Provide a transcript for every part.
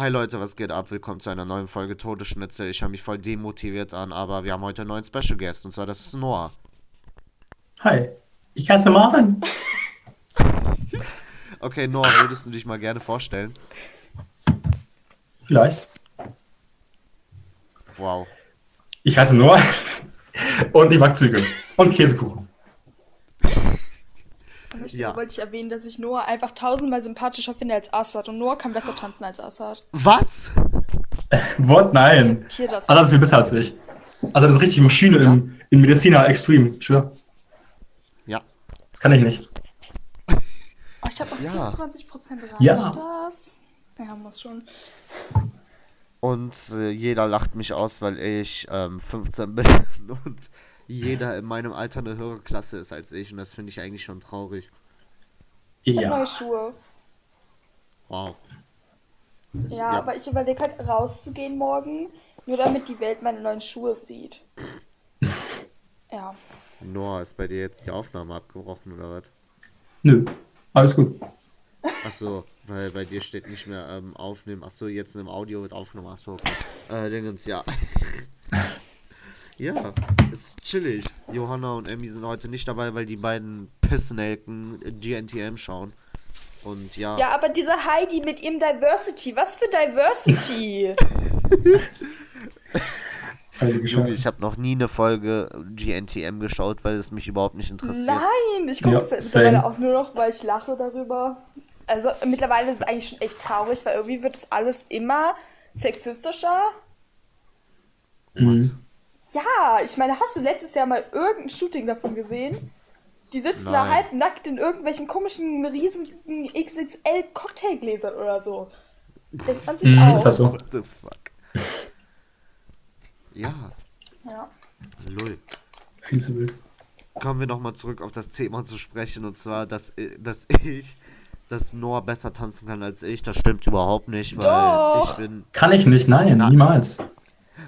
Hi Leute, was geht ab? Willkommen zu einer neuen Folge Todesschnitzel. Ich habe mich voll demotiviert an, aber wir haben heute einen neuen Special Guest und zwar das ist Noah. Hi, ich heiße Maren. Okay, Noah, würdest du dich mal gerne vorstellen? Vielleicht. Wow. Ich heiße Noah und ich mag Züge und Käsekuchen. An der Stelle Ja. wollte ich erwähnen, dass ich Noah einfach tausendmal sympathischer finde als Assad. Und Noah kann besser tanzen als Assad. Was? Wort nein. Akzeptier das. Adam ist viel besser als ich. Also das ist richtig Maschine in, in Medicina Extreme, ich schwör. Ja. Das kann ich nicht. Oh, ich habe noch Ja. 24% Reicht Ja. das? Ja, muss schon. Und äh, jeder lacht mich aus, weil ich ähm, 15 bin und jeder in meinem Alter eine höhere Klasse ist als ich und das finde ich eigentlich schon traurig. Ich hab Ja. neue Schuhe. Wow. Ja, aber ich überlege halt rauszugehen morgen, nur damit die Welt meine neuen Schuhe sieht. ja. Noah, ist bei dir jetzt die Aufnahme abgebrochen oder was? Nö. Alles gut. Achso, weil bei dir steht nicht mehr ähm, aufnehmen. Achso, jetzt im Audio wird aufgenommen. Achso, okay. Äh, Dingens, ja. ja, es ist chillig. Johanna und Emmy sind heute nicht dabei, weil die beiden Pissnelken GNTM schauen. Und ja, Ja, aber diese Heidi mit ihrem Diversity. Was für Diversity? Heilige Junge, Scheiße. ich habe noch nie eine Folge GNTM geschaut, weil es mich überhaupt nicht interessiert. Nein, ich gucke Ja, es halt same. mittlerweile auch nur noch, weil ich lache darüber. Also mittlerweile ist es eigentlich schon echt traurig, weil irgendwie wird es alles immer sexistischer. Mhm. Ja, ich meine, hast du letztes Jahr mal irgendein Shooting davon gesehen? Die sitzen da Nein. halbnackt in irgendwelchen komischen, riesigen XXL-Cocktailgläsern oder so. Denkt man sich Mhm, auch. ist das so? What the fuck? ja, Ja. lol. Viel zu wild. kommen wir nochmal zurück auf das Thema zu sprechen und zwar, dass, i- dass ich, dass Noah besser tanzen kann als ich. Das stimmt überhaupt nicht, weil Doch. ich bin. Kann ich nicht, nein, Na. niemals.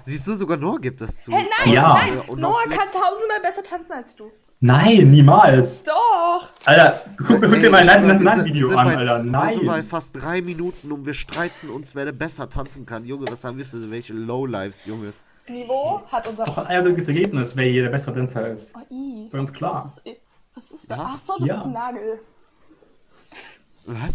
Siehst du, sogar Noah gibt das zu. Hey, nein, Ja. nein! Und noch Noah Flex- kann tausendmal besser tanzen als du. Nein, niemals. Doch! Alter, guck, guck Ey, dir mein ich glaub, wir sind- Nein-Video wir sind an, bei- Alter. Wir sind bei Nein. fast drei Minuten und wir streiten uns, wer der besser tanzen kann. Junge, was haben wir für welche Lowlives, Junge? Niveau hat unser. Doch ein eindeutiges Ergebnis, wer hier der bessere Tänzer ist. Oh, i. Ganz klar. Was ist, äh, was ist da? Ah. Ja. Ach so, das Ja. ist ein Nagel. Was?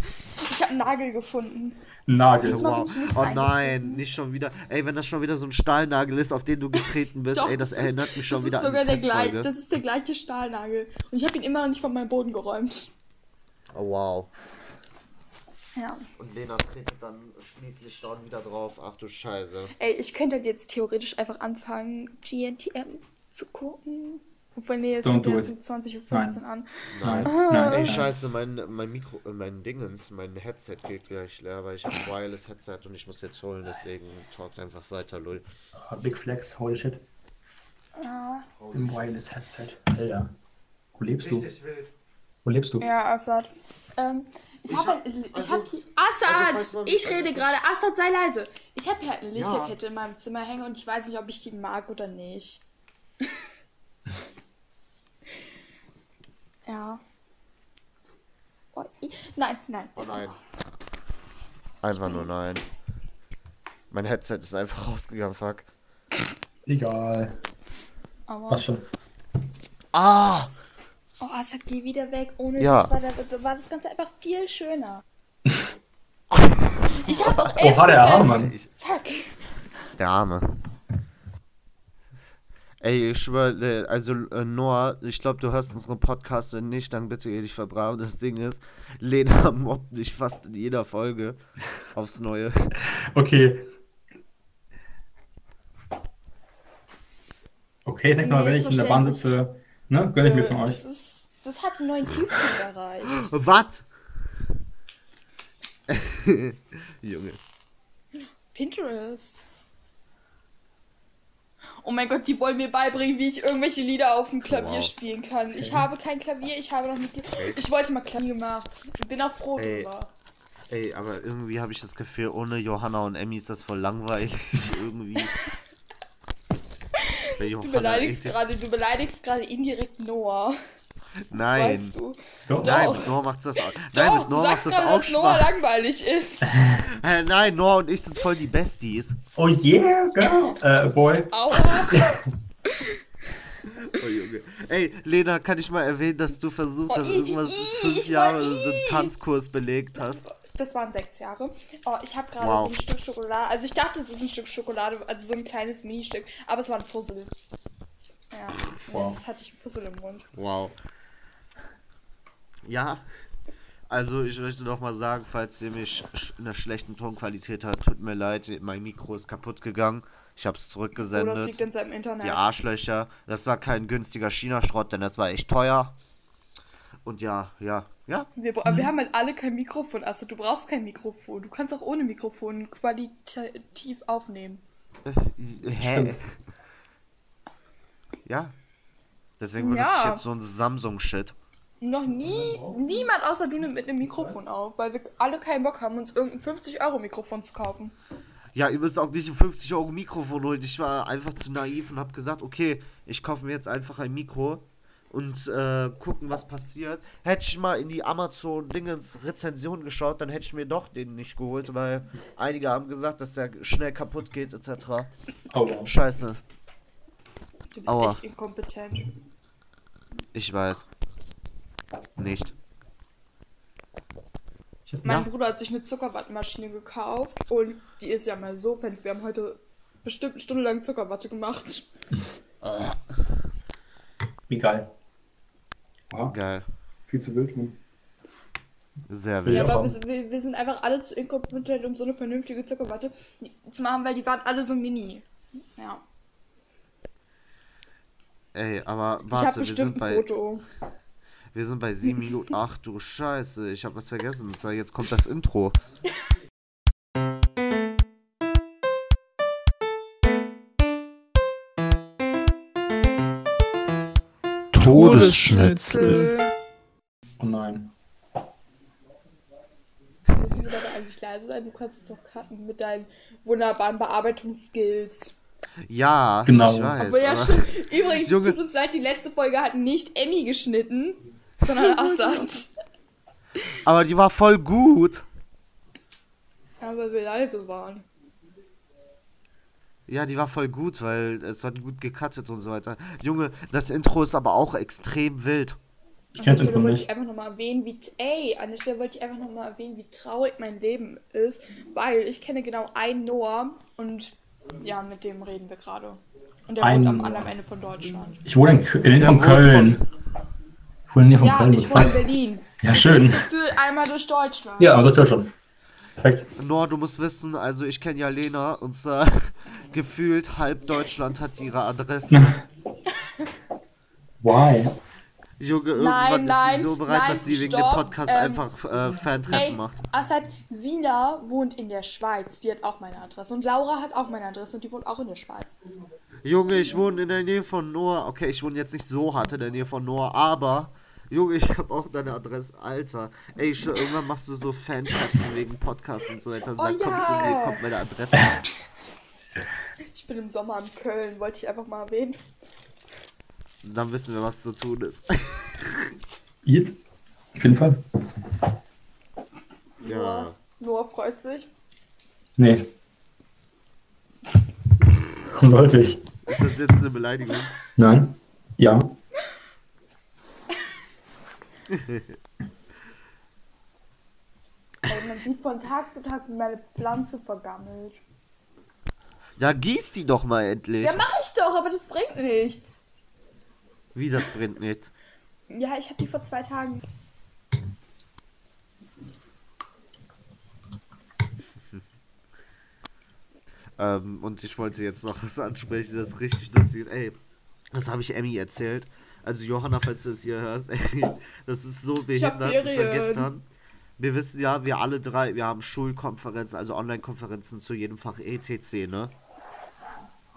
Ich habe einen Nagel gefunden. Nagel. Das macht mich Wow. nicht Oh eingetreten. nein, nicht schon wieder. Ey, wenn das schon wieder so ein Stahlnagel ist, auf den du getreten bist, ey, das, erinnert mich schon das wieder ist sogar an die der gleich- Testfolge. Das ist der gleiche Stahlnagel. Und ich habe ihn immer noch nicht von meinem Boden geräumt. Oh, wow. Ja. Und Lena tretet dann schließlich dann wieder drauf. Ach du Scheiße. Ey, ich könnte halt jetzt theoretisch einfach anfangen, GNTM zu gucken. Obwohl, nee, es Don't fängt do erst it. um 20.15 Uhr an. Nein. Nein, nein. Ey, nein. scheiße, mein, mein Mikro, äh, mein Dingens, mein Headset geht gleich leer, weil ich habe ein Wireless-Headset und ich muss jetzt holen, deswegen talkt einfach weiter, lol. Ah, Big Flex, holy shit. Ja, Im wireless Headset. Alter. Wo lebst du? wild. Wo lebst du? ja Assad. Ähm, ich Ich habe hab- halt, ich also- hab hier. also Assad! falls man- also- ich rede gerade. Assad, sei leise. Ich habe hier halt eine Lichterkette in meinem Zimmer hängen und ich weiß nicht, ob ich die mag oder nicht. ja. Oh, i- nein, nein. Oh nein. Einfach nur nein. Mein Headset ist einfach rausgegangen, fuck. Egal. Oh. Aber, Was schon. Ah! oh, Assad, geh wieder weg. Ohne Ja. dich war, da, war das Ganze einfach viel schöner. ich habe auch 11%. Oha, Oh, der arme Mann. Fuck. Der Arme. Ey, ich schwöre, also äh, Noah, ich glaube, du hörst unseren Podcast. Wenn nicht, dann bitte ihr dich verbraben. Das Ding ist, Lena mobbt dich fast in jeder Folge aufs Neue. Okay. Okay, das nächste Mal, Nee, wenn ist ich in der Bahn sitze, ne, gönn ich mir von Äh, Das, euch. ist, das hat einen neuen Tiefpunkt erreicht. Was? Junge. Pinterest. Oh mein Gott, die wollen mir beibringen, wie ich irgendwelche Lieder auf dem Klavier Wow. spielen kann. Ich habe kein Klavier, ich habe noch nicht. Ich wollte mal Klavier gemacht. Ich bin auch froh Ey. drüber. Ey, aber irgendwie habe ich das Gefühl, ohne Johanna und Emmy ist das voll langweilig. irgendwie. Du beleidigst gerade, du beleidigst gerade indirekt Noah. Nein. Das weißt du. Doch. Nein, Doch. mit Noah macht das auch. Nein, Doch, mit du Noah macht sagst das gerade, auch dass Noah Spaß. langweilig ist. Äh, nein, Noah und ich sind voll die Besties. Oh yeah, girl. Äh, boy. Aua. Oh, Junge. Ey, Lena, kann ich mal erwähnen, dass du versucht Oh, hast, i, i, irgendwas i, fünf ich Jahre wollt- so einen i. Tanzkurs belegt hast? Das waren sechs Jahre. Oh, ich habe gerade Wow. so ein Stück Schokolade. Also ich dachte, es ist ein Stück Schokolade, also so ein kleines Ministück, aber es war ein Fussel. Ja. Wow. Jetzt hatte ich einen Fussel im Mund. Wow. Ja. Also ich möchte noch mal sagen, falls ihr mich sch- in einer schlechten Tonqualität habt, tut mir leid, mein Mikro ist kaputt gegangen. Ich habe es Oder es zurückgesendet. Oh, liegt in seinem Internet. Die Arschlöcher. Das war kein günstiger China-Schrott, denn das war echt teuer. Und ja, ja, ja. Wir, bra- wir haben halt alle kein Mikrofon. Also du brauchst kein Mikrofon. Du kannst auch ohne Mikrofon qualitativ aufnehmen. Hä? Ja. Deswegen benutze ich Ja. jetzt so ein Samsung-Shit. Noch nie, niemand außer du nimmt mit einem Mikrofon auf, weil wir alle keinen Bock haben, uns irgendein 50-Euro-Mikrofon zu kaufen. Ja, ihr müsst auch nicht ein 50 Euro Mikrofon holen. Ich war einfach zu naiv und habe gesagt, okay, ich kaufe mir jetzt einfach ein Mikro und äh, gucken, was passiert. Hätte ich mal in die Amazon Dingens Rezension geschaut, dann hätte ich mir doch den nicht geholt, weil einige haben gesagt, dass der schnell kaputt geht etc. Oh, wow. Scheiße, Du bist Aua. echt inkompetent. ich weiß. Nicht. Mein Ja. Bruder hat sich eine Zuckerwattmaschine gekauft und die ist ja mal so fancy. Wir haben heute bestimmt eine Stunde lang Zuckerwatte gemacht. Wie geil. Wow, Geil. viel zu wild. ne? Mann. Sehr Ja. wild. Ja, aber wir, wir, wir sind einfach alle zu inkompetent, um so eine vernünftige Zuckerwatte zu machen, weil die waren alle so mini. Ja. Ey, aber Ich habe warte, wir sind bestimmt ein bei Foto. wir sind bei 7 Minuten. Ach du Scheiße, ich habe was vergessen. Und zwar jetzt kommt das Intro. Todesschnitzel. Oh nein. Müssen wir dabei eigentlich leise sein? Du kannst es doch cutten mit deinen wunderbaren Bearbeitungsskills. Ja, Genau. ich weiß. Obwohl ja aber- stimmt. Übrigens, Junge. es tut uns leid, die letzte Folge hat nicht Emmy geschnitten, sondern Assad. Aber die war voll gut. Ja, weil wir leise waren. Ja, die war voll gut, weil es war gut gecuttet und so weiter. Junge, das Intro ist aber auch extrem wild. Ich kenn's einfach An der Stelle wollte ich nicht. einfach nochmal erwähnen, wie. Ey, an der Stelle wollte ich einfach nochmal erwähnen, wie traurig mein Leben ist, weil ich kenne genau einen Noah und ja, mit dem reden wir gerade. Und der Ein wohnt am Noah. anderen Ende von Deutschland. Ich wohne in, Kö- in der Nähe von Der wohnt Köln. Ich wohne in der Nähe von Ja, Köln. ich wohne in Berlin. Ja, Das schön. ist gefühlt einmal durch Deutschland. Ja, aber das ist ja schon. Perfekt. Nor, du musst wissen, also ich kenne ja Lena und zwar gefühlt halb Deutschland hat ihre Adresse. Why? Junge, irgendwann Nein, ist nein, sie so bereit, nein, dass sie wegen stopp, dem Podcast ähm, einfach äh, Fantreffen Ey, macht. Assad, Sina wohnt in der Schweiz. Die hat auch meine Adresse. Und Laura hat auch meine Adresse und die wohnt auch in der Schweiz. Junge, ich wohne in der Nähe von Noah. Okay, ich wohne jetzt nicht so hart in der Nähe von Noah, aber. Junge, ich hab auch deine Adresse. Alter. Ey, schon, irgendwann machst du so Fantreffen wegen Podcast und so weiter. Und Oh sagst, komm zu ja. mir, kommt meine Adresse. Ich bin im Sommer in Köln, wollte ich einfach mal erwähnen. Dann wissen wir, was zu tun ist. Jetzt? Auf jeden Fall. Ja. Noah freut sich. Nee. Warum sollte ich? Ist das jetzt eine Beleidigung? Nein. Ja. Ey, man sieht von Tag zu Tag, wie meine Pflanze vergammelt. Ja, gieß die doch mal endlich. Ja, mache ich doch, aber das bringt nichts. Wie, das brennt nichts. Ja, ich habe die vor zwei Tagen. Ähm, und ich wollte jetzt noch was ansprechen, das ist richtig lustig. Ey, das habe ich Emmy erzählt. Also Johanna, falls du das hier hörst, ey, das ist so hab behindert. Das war Ferien. gestern. Wir wissen ja, wir alle drei, wir haben Schulkonferenzen, also Online-Konferenzen zu jedem Fach ETC, ne?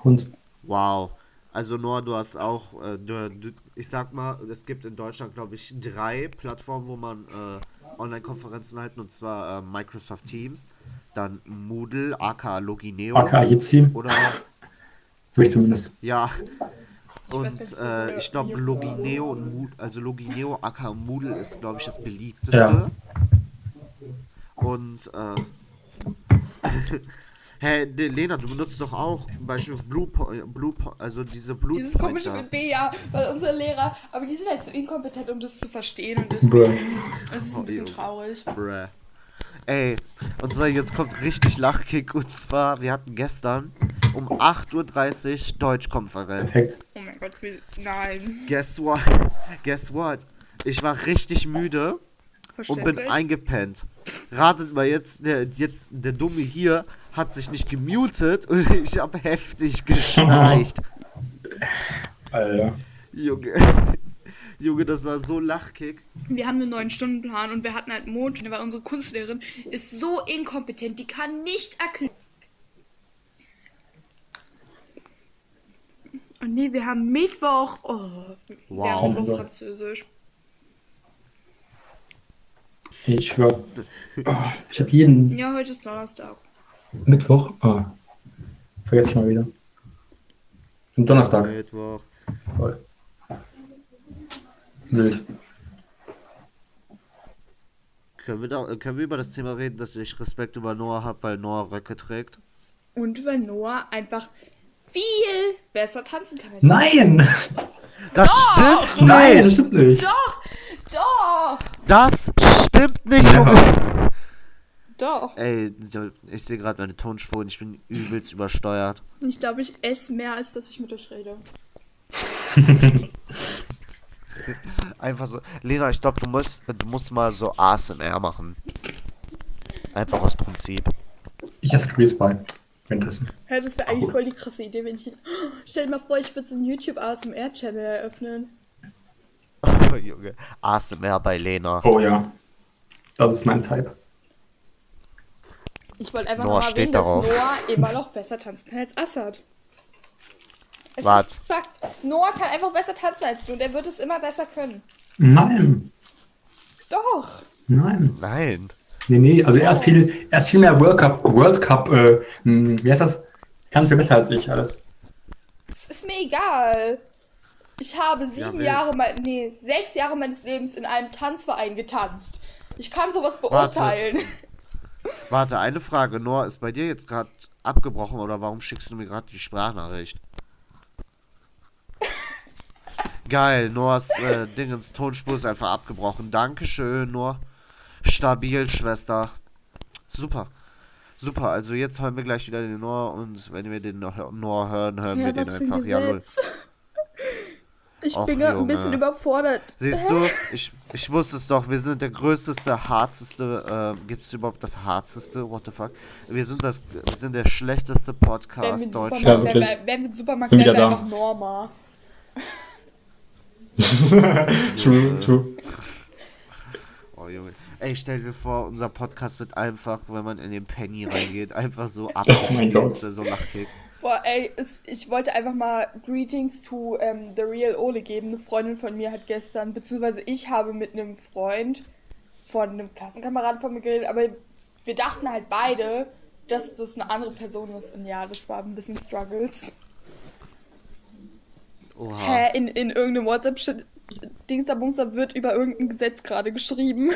Und Wow. Also Noah, du hast auch, äh, du, du, ich sag mal, es gibt in Deutschland, glaube ich, drei Plattformen, wo man äh, Online-Konferenzen halten, und zwar äh, Microsoft Teams, dann Moodle, aka Logineo, AK Jitsi. oder Für mich zumindest. ja, weiß gar Und nicht, wo äh, wir ich glaube, hier Logineo, und Mood- also Logineo aka Moodle ist, glaube ich, das beliebteste. Ja. Und, äh. Hä, hey, Lena, du benutzt doch auch zum Beispiel Blue, Po- Blue Po- also diese Blue Dieses komische Pointer. mit B, ja, weil unsere Lehrer, aber die sind halt so inkompetent, um das zu verstehen und Bruh. deswegen es ist Oh, ein bisschen Junge. traurig. Bruh. Ey, und so, jetzt kommt richtig Lachkick. Und zwar, wir hatten gestern um 8.30 Uhr Deutschkonferenz. Perfekt. Oh mein Gott, wie- nein, Guess what? Guess what? Ich war richtig müde und bin verständlich. eingepennt. Ratet mal jetzt, der, jetzt, der Dumme hier hat sich nicht gemutet und ich habe heftig geschnarcht. Alter. Junge. Junge, das war so Lachkick. Wir haben einen neuen Stundenplan und wir hatten halt Montag, weil unsere Kunstlehrerin ist so inkompetent, die kann nicht erklären. Oh nee, wir haben Mittwoch. Oh, wir Wow. haben Mittwoch Französisch. Ich schwör. Ah, Ich habe jeden Ja, heute ist Donnerstag. Mittwoch. Ah, vergesse ich mal wieder. Am Donnerstag. Mittwoch. Voll. Wild. Können wir, da, können wir über das Thema reden, dass ich Respekt über Noah habe, weil Noah Röcke trägt? Und weil Noah einfach viel besser tanzen kann als Nein! Das Doch! stimmt Nein, das nicht! stimmt nicht. Doch, doch, Das stimmt nicht, Ja. Junge! doch. Ey, ich sehe gerade meine Tonspuren, ich bin übelst übersteuert. Ich glaube, ich esse mehr, als dass ich mit euch rede. Einfach so. Lena, ich glaube, du musst, du musst mal so ASMR machen. Einfach aus Prinzip. Ich esse Grießbein. Währenddessen. Ja, das wäre eigentlich voll die krasse Idee, wenn ich. Stell dir mal vor, ich würde so einen YouTube ASMR-Channel eröffnen. Junge. ASMR bei Lena. Oh ja. Das ist mein Type. Ich wollte einfach Noah nochmal erwähnen, steht dass darauf. Noah immer noch besser tanzen kann als Assad. Es Was? ist Fakt. Noah kann einfach besser tanzen als du und er wird es immer besser können. Nein. Doch. Nein. Nein. Nee, nee. Also er ist viel, er ist viel mehr World Cup, World Cup, äh, mh, wie heißt das? Ganz viel besser als ich alles. Es ist mir egal. Ich habe sieben wild. Jahre, mein, nee, sechs Jahre meines Lebens in einem Tanzverein getanzt. Ich kann sowas Warte. beurteilen. Warte, eine Frage. Noah, ist bei dir jetzt gerade abgebrochen oder warum schickst du mir gerade die Sprachnachricht? Geil, Noahs äh, Dingens Tonspur ist einfach abgebrochen. Dankeschön, Noah. Stabil, Schwester. Super. Super, also jetzt hören wir gleich wieder den Noah und wenn wir den noch- Noah hören, hören wir den einfach. Ja, lol. Ich Och, bin gerade ein Junge. bisschen überfordert. Siehst du, ich, ich wusste es doch, wir sind der größteste, harzeste, äh, gibt's überhaupt das harzeste? What the fuck? Wir sind das, wir sind der schlechteste Wenn Podcast wir Deutschlands. Ja, Supermarkt, wirklich. ja, wenn wir Supermarkt Bin wären, wieder wäre da. einfach Norma. true, true. Oh Junge. Ey, stell dir vor, unser Podcast wird einfach, wenn man in den Penny reingeht, einfach so ab. Oh mein Gott. So Lachkick. Boah, ey, es, ich wollte einfach mal Greetings to ähm, the real Ole geben. Eine Freundin von mir hat gestern, beziehungsweise ich habe mit einem Freund von einem Klassenkameraden von mir geredet, aber wir dachten halt beide, dass das eine andere Person ist. Und ja, das war ein bisschen Struggles. Oha. Hä, in, in irgendeinem WhatsApp-Shit. Dingsabumster wird über irgendein Gesetz gerade geschrieben.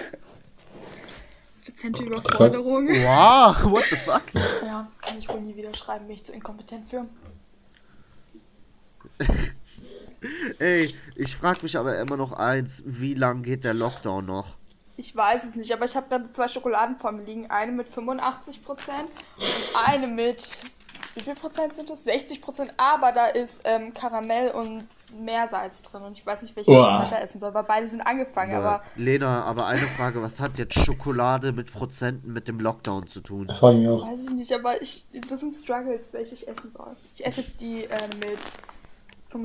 Dezente Überforderung. Wow, what the fuck? Ja, kann ich wohl nie wieder schreiben, bin ich zu inkompetent für. Ey, ich frag mich aber immer noch eins, wie lang geht der Lockdown noch? Ich weiß es nicht, aber ich habe gerade zwei Schokoladen vor mir liegen. Eine mit 85% und eine mit. Wie viel Prozent sind das? 60 Prozent. Aber da ist ähm, Karamell und Meersalz drin. Und ich weiß nicht, welches ich Uah. weiter essen soll, weil beide sind angefangen. Aber Äh, Lena, aber eine Frage, was hat jetzt Schokolade mit Prozenten mit dem Lockdown zu tun? Das frage ich mich auch. weiß ich nicht, aber ich, das sind Struggles, welche ich essen soll. Ich esse jetzt die äh, mit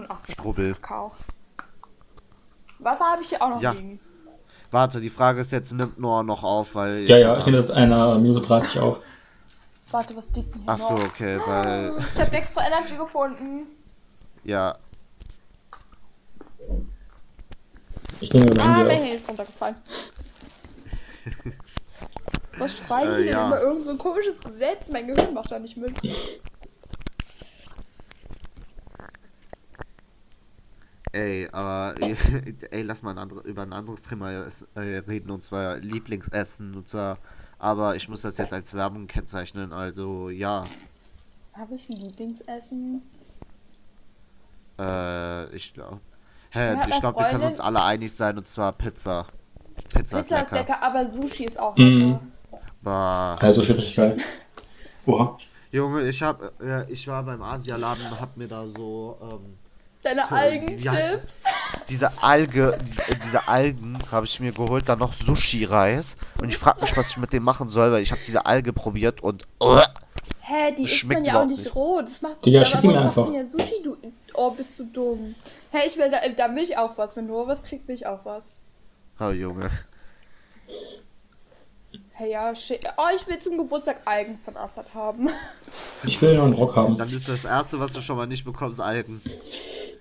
85% Strubbel. Kakao. Wasser habe ich hier auch noch Ja. liegen. Warte, die Frage ist jetzt, nimmt Noah noch auf, weil... Ja, ja, ich nehme das einer Minute 30 auf. Warte, was liegt denn hier Ach so, noch? okay, weil... Ich habe extra Energy gefunden. Ja, Ich nehme mein Ah, Handy mein auf. Handy ist runtergefallen. Was schreiben Äh, die denn ja. über irgendein so ein komisches Gesetz? Mein Gehirn macht da nicht mit. Ey, aber ey, lass mal ein andere, über ein anderes Thema äh, reden und zwar Lieblingsessen und zwar, aber ich muss das jetzt als Werbung kennzeichnen, also ja. Habe ich ein Lieblingsessen? Äh, ich glaube. Hä, Ja, ich glaube, wir können Freundin- uns alle einig sein und zwar Pizza. Pizza, Pizza ist ist lecker. lecker, aber Sushi ist auch Mhm. lecker. Bah. Also schon richtig geil. Boah. Junge, ich hab, äh, ich war beim Asialaden, hab mir da so ähm, Deine Cool. Algenchips. diese Alge, diese, äh, diese Algen habe ich mir geholt, dann noch Sushi-Reis und ich frag mich, was ich mit dem machen soll, weil ich habe diese Alge probiert und Hä, die isst Schmeckt man ja auch überhaupt nicht nicht. roh. Das macht Digga, aber schick die mir was macht einfach. denn Ja Sushi, du. Oh, bist du dumm. Hä, ich will da, äh, da will ich auch was. Wenn nur was kriegt, will ich auch was. oh Junge. Hä, ja, schick. Oh, ich will zum Geburtstag Algen von Assad haben. Ich will nur einen Rock haben. Dann ist das erste, was du schon mal nicht bekommst, Algen.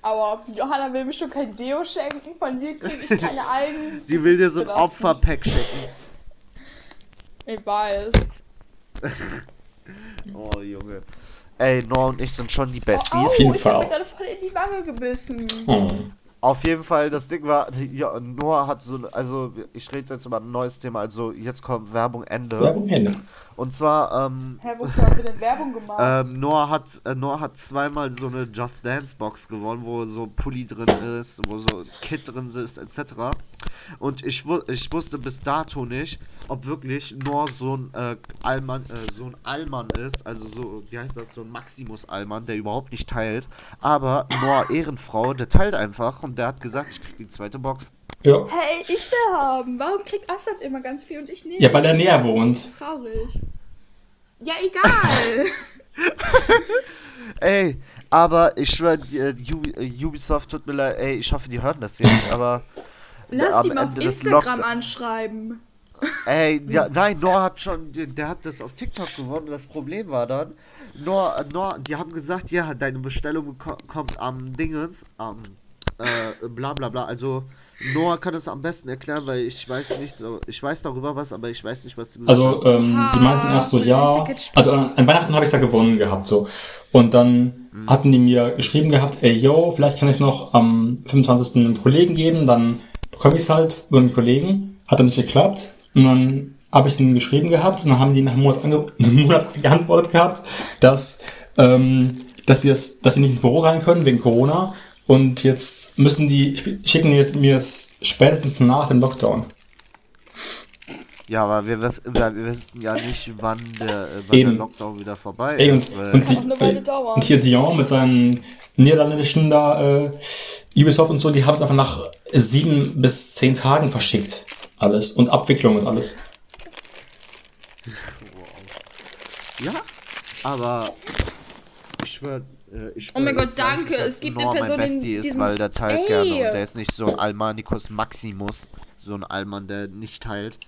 Aber Johanna will mir schon kein Deo schenken. Von dir kriege ich keine Algen. Die will dir so ein Belastend. Opferpack schicken. Ich weiß. Oh Junge. Ey, Noah und ich sind schon die oh, Besties. oh, jeden ich hab Fall. mir gerade voll in die Wange gebissen. Oh. Auf jeden Fall, das Ding war, ja, Noah hat so, also ich rede jetzt über ein neues Thema, also jetzt kommt Werbung Ende. Werbung Ende. Und zwar, ähm, Hä, wofür haben wir denn Werbung gemacht? ähm, Noah hat, äh, Noah hat zweimal so eine Just Dance Box gewonnen, wo so Pulli drin ist, wo so ein Kit drin ist, etc. Und ich, wu ich wusste bis dato nicht, ob wirklich Noah so ein äh, Allmann, äh, so ein Allmann ist, also so, wie heißt das, so ein Maximus Allmann, der überhaupt nicht teilt. Aber Noah Ehrenfrau, der teilt einfach und der hat gesagt, ich krieg die zweite Box. Ja. Hey, ich will haben. Warum kriegt Assad immer ganz viel und ich nicht? ja, weil er näher wohnt. Traurig. Ja, egal. Ey, aber ich schwöre, die, äh, Ubi- äh, Ubisoft tut mir leid, ey, ich hoffe, die hören das jetzt, aber. Lass am die mal auf Ende des Instagram Lockdown- anschreiben. Ey, ja, nein, Noah hat schon, der hat das auf TikTok gewonnen. Das Problem war dann, Noah, Noah, die haben gesagt, ja, deine Bestellung ko- kommt am Dingens, am äh, bla bla bla. Also Noah kann das am besten erklären, weil ich weiß nicht so, ich weiß darüber was, aber ich weiß nicht, was du Also, ähm, die meinten erst so, ja. Also, äh, an Weihnachten habe ich es ja gewonnen gehabt, so. Und dann hatten die mir geschrieben gehabt, ey, yo, vielleicht kann ich es noch am 25. einem Kollegen geben, dann bekomme ich es halt über einen Kollegen. Hat dann nicht geklappt. Und dann habe ich denen geschrieben gehabt und dann haben die nach einem Monat, ange einen Monat geantwortet gehabt, dass, ähm, dass, sie das, dass sie nicht ins Büro rein können wegen Corona. Und jetzt müssen die, schicken jetzt mir es spätestens nach dem Lockdown. Ja, aber wir, wiss- wir, wir wissen ja nicht, wann der, äh, wann der Eben. Lockdown wieder vorbei Ey, und, ist. weil- und, die, auch eine Weile äh, dauern. und hier Dion mit seinen niederländischen da, äh, Ubisoft und so, die haben es einfach nach sieben bis zehn Tagen verschickt. Alles. Und Abwicklung und alles. ja, aber ich schwör. äh, Ich Oh schwör, mein Gott, jetzt weiß danke. ich, dass Es gibt Noah eine Person, mein die Bestie ist, diesen- weil der teilt Ey. gerne und der ist nicht so ein Almanicus Maximus, so ein Alman, der nicht teilt.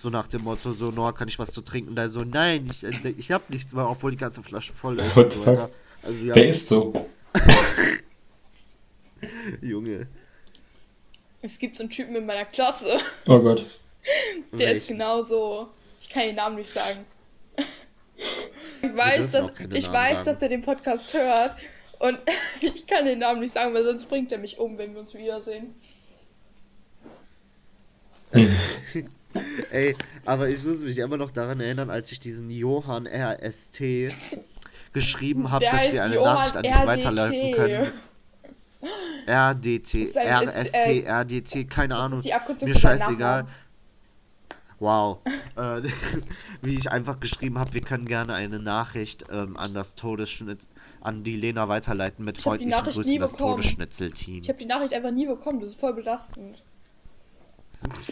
So nach dem Motto, so Noah, kann ich was zu trinken? Da so, nein, ich, äh, ich hab nichts mehr, obwohl die ganze Flasche voll ist. What und the so fuck? weiter. Also ja, Wer ist so? Junge. Es gibt so einen Typen in meiner Klasse, Oh Gott. der Welchen? ist genau- genauso. Ich kann den Namen nicht sagen. Ich weiß, dürfen dass, auch keine ich Namen weiß sagen. dass der den Podcast hört. Und ich kann den Namen nicht sagen, weil sonst bringt er mich um, wenn wir uns wiedersehen. Ey, aber ich muss mich immer noch daran erinnern, als ich diesen Johann RST geschrieben habe, der dass heißt wir eine Nachricht an ihn Johann weiterleiten können. RDT. RDT, Ist ein- ist, RST, äh, RDT, keine Das Ahnung. ist die Abkürzung Mir für seinen scheißegal. Nachnamen. Wow. Äh, wie ich einfach geschrieben habe, wir können gerne eine Nachricht ähm, an das Todesschnitt, an die Lena weiterleiten mit Ich hab freundlichen die Nachricht nie Grüßen, das bekommen. Todesschnitzelteam. Ich habe die Nachricht einfach nie bekommen, das ist voll belastend.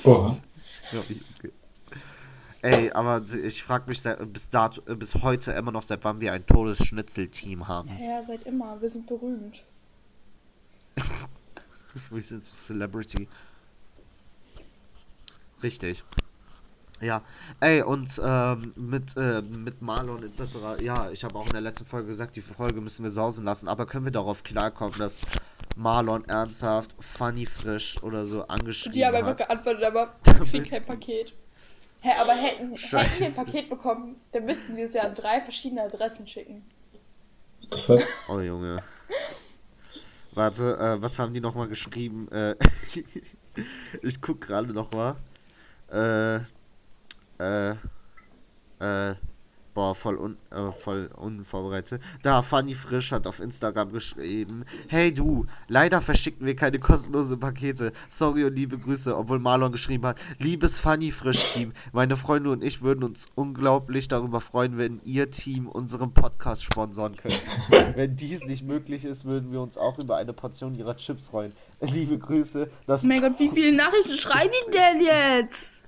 Oha. Ja. Ey, aber ich frage mich seit, bis, dato, äh, bis heute immer noch, seit wann wir ein Todesschnitzelteam haben. Ja, seit immer, wir sind berühmt. Wir sind so Celebrity. Richtig. Ja, ey, und ähm, mit, äh, mit Marlon etc. Ja, ich habe auch in der letzten Folge gesagt, die Folge müssen wir sausen lassen, aber können wir darauf klarkommen, dass Marlon ernsthaft, funny frisch oder so angeschrieben Die haben einfach hat? geantwortet, aber kriegen kein Paket. Hä, aber hätten, hätten Scheiße. wir ein Paket bekommen, dann müssten wir es ja an drei verschiedene Adressen schicken. What the fuck? Oh Junge. Oh, Warte, äh, was haben die nochmal geschrieben? Äh, ich guck gerade nochmal. Äh, äh, äh, boah, voll, un äh, voll unvorbereitet. Da, Fanny Frisch hat auf Instagram geschrieben: Hey du, leider verschicken wir keine kostenlosen Pakete. Sorry und liebe Grüße, obwohl Marlon geschrieben hat: Liebes Fanny Frisch-Team, meine Freunde und ich würden uns unglaublich darüber freuen, wenn ihr Team unseren Podcast sponsoren könnt. wenn dies nicht möglich ist, würden wir uns auch über eine Portion ihrer Chips freuen. Liebe Grüße, das Oh mein Gott, wie viele Nachrichten schreiben die denn jetzt?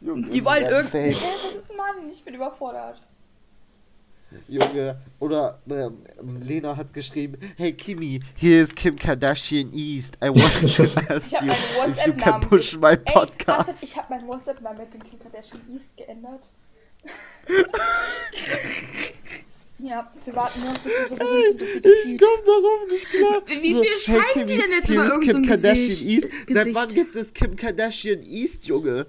Junge, die wollen ihr irgend- Fake. Mann, ich bin überfordert. Junge, oder ähm, Lena hat geschrieben, hey Kimi, hier ist Kim Kardashian East. I want to ask Ich habe you meinen if you can WhatsApp-Namen. push my Ey, podcast. Astrid, ich habe meinen WhatsApp-Namen mit dem Kim Kardashian East geändert. ja, wir warten nur, bis wir so berühmt sind, dass sie das Ich sieht. komm darauf nicht klar. Wie- wie schreiben die denn jetzt hier mal ist irgend so Kim ein Kardashian Gesicht- East? Seit Gesicht? wann gibt es Kim Kardashian East, Junge?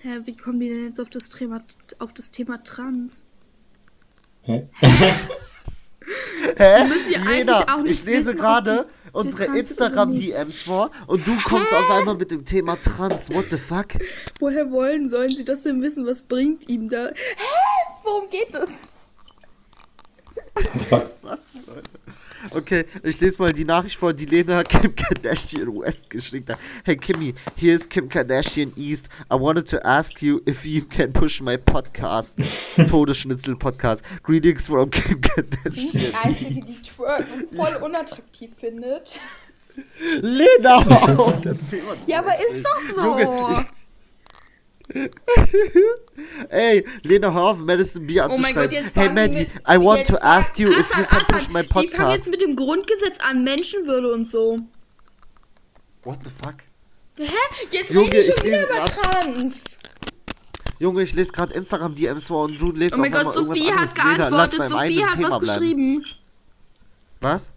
Hä, wie kommen die denn jetzt auf das Thema, auf das Thema Trans? Hä? müssen ja eigentlich auch nicht ich lese wissen, ob gerade die unsere trans sind oder Instagram-DMs vor und du kommst auf einmal mit dem Thema Trans. What the fuck? Woher wollen sollen sie das denn wissen? Was bringt ihm da? Worum geht es? Okay, ich lese mal die Nachricht vor, die Lena Kim Kardashian West geschickt hat. Hey Kimmy, here is Kim Kardashian East. I wanted to ask you if you can push my podcast. Todesschnitzel-Podcast. Greetings from Kim Ich Kardashian. bin die Einzige, die Twerk und voll unattraktiv findet. Lena, hör auf, das Thema. Ja, aber ist doch so. Junge, Ey, Lena, hör auf, Madison B. Oh mein anzuschreiben. Gott, jetzt Hey fangen die Mandy, mit- I want jetzt to ask you if you Assad, can push Assad, my die fangen podcast. jetzt mit dem Grundgesetz an, Menschenwürde und so. What the fuck? Jetzt Junge, rede ich ich schon wieder lese über ab. Trans. Oh Junge, ich lese gerade Instagram-DMs vor und du lest Oh mein auf Gott, einmal Sophie irgendwas hat anderes. Lena, lass geantwortet, beim Sophie eigenen hat Thema was bleiben. geschrieben. Was?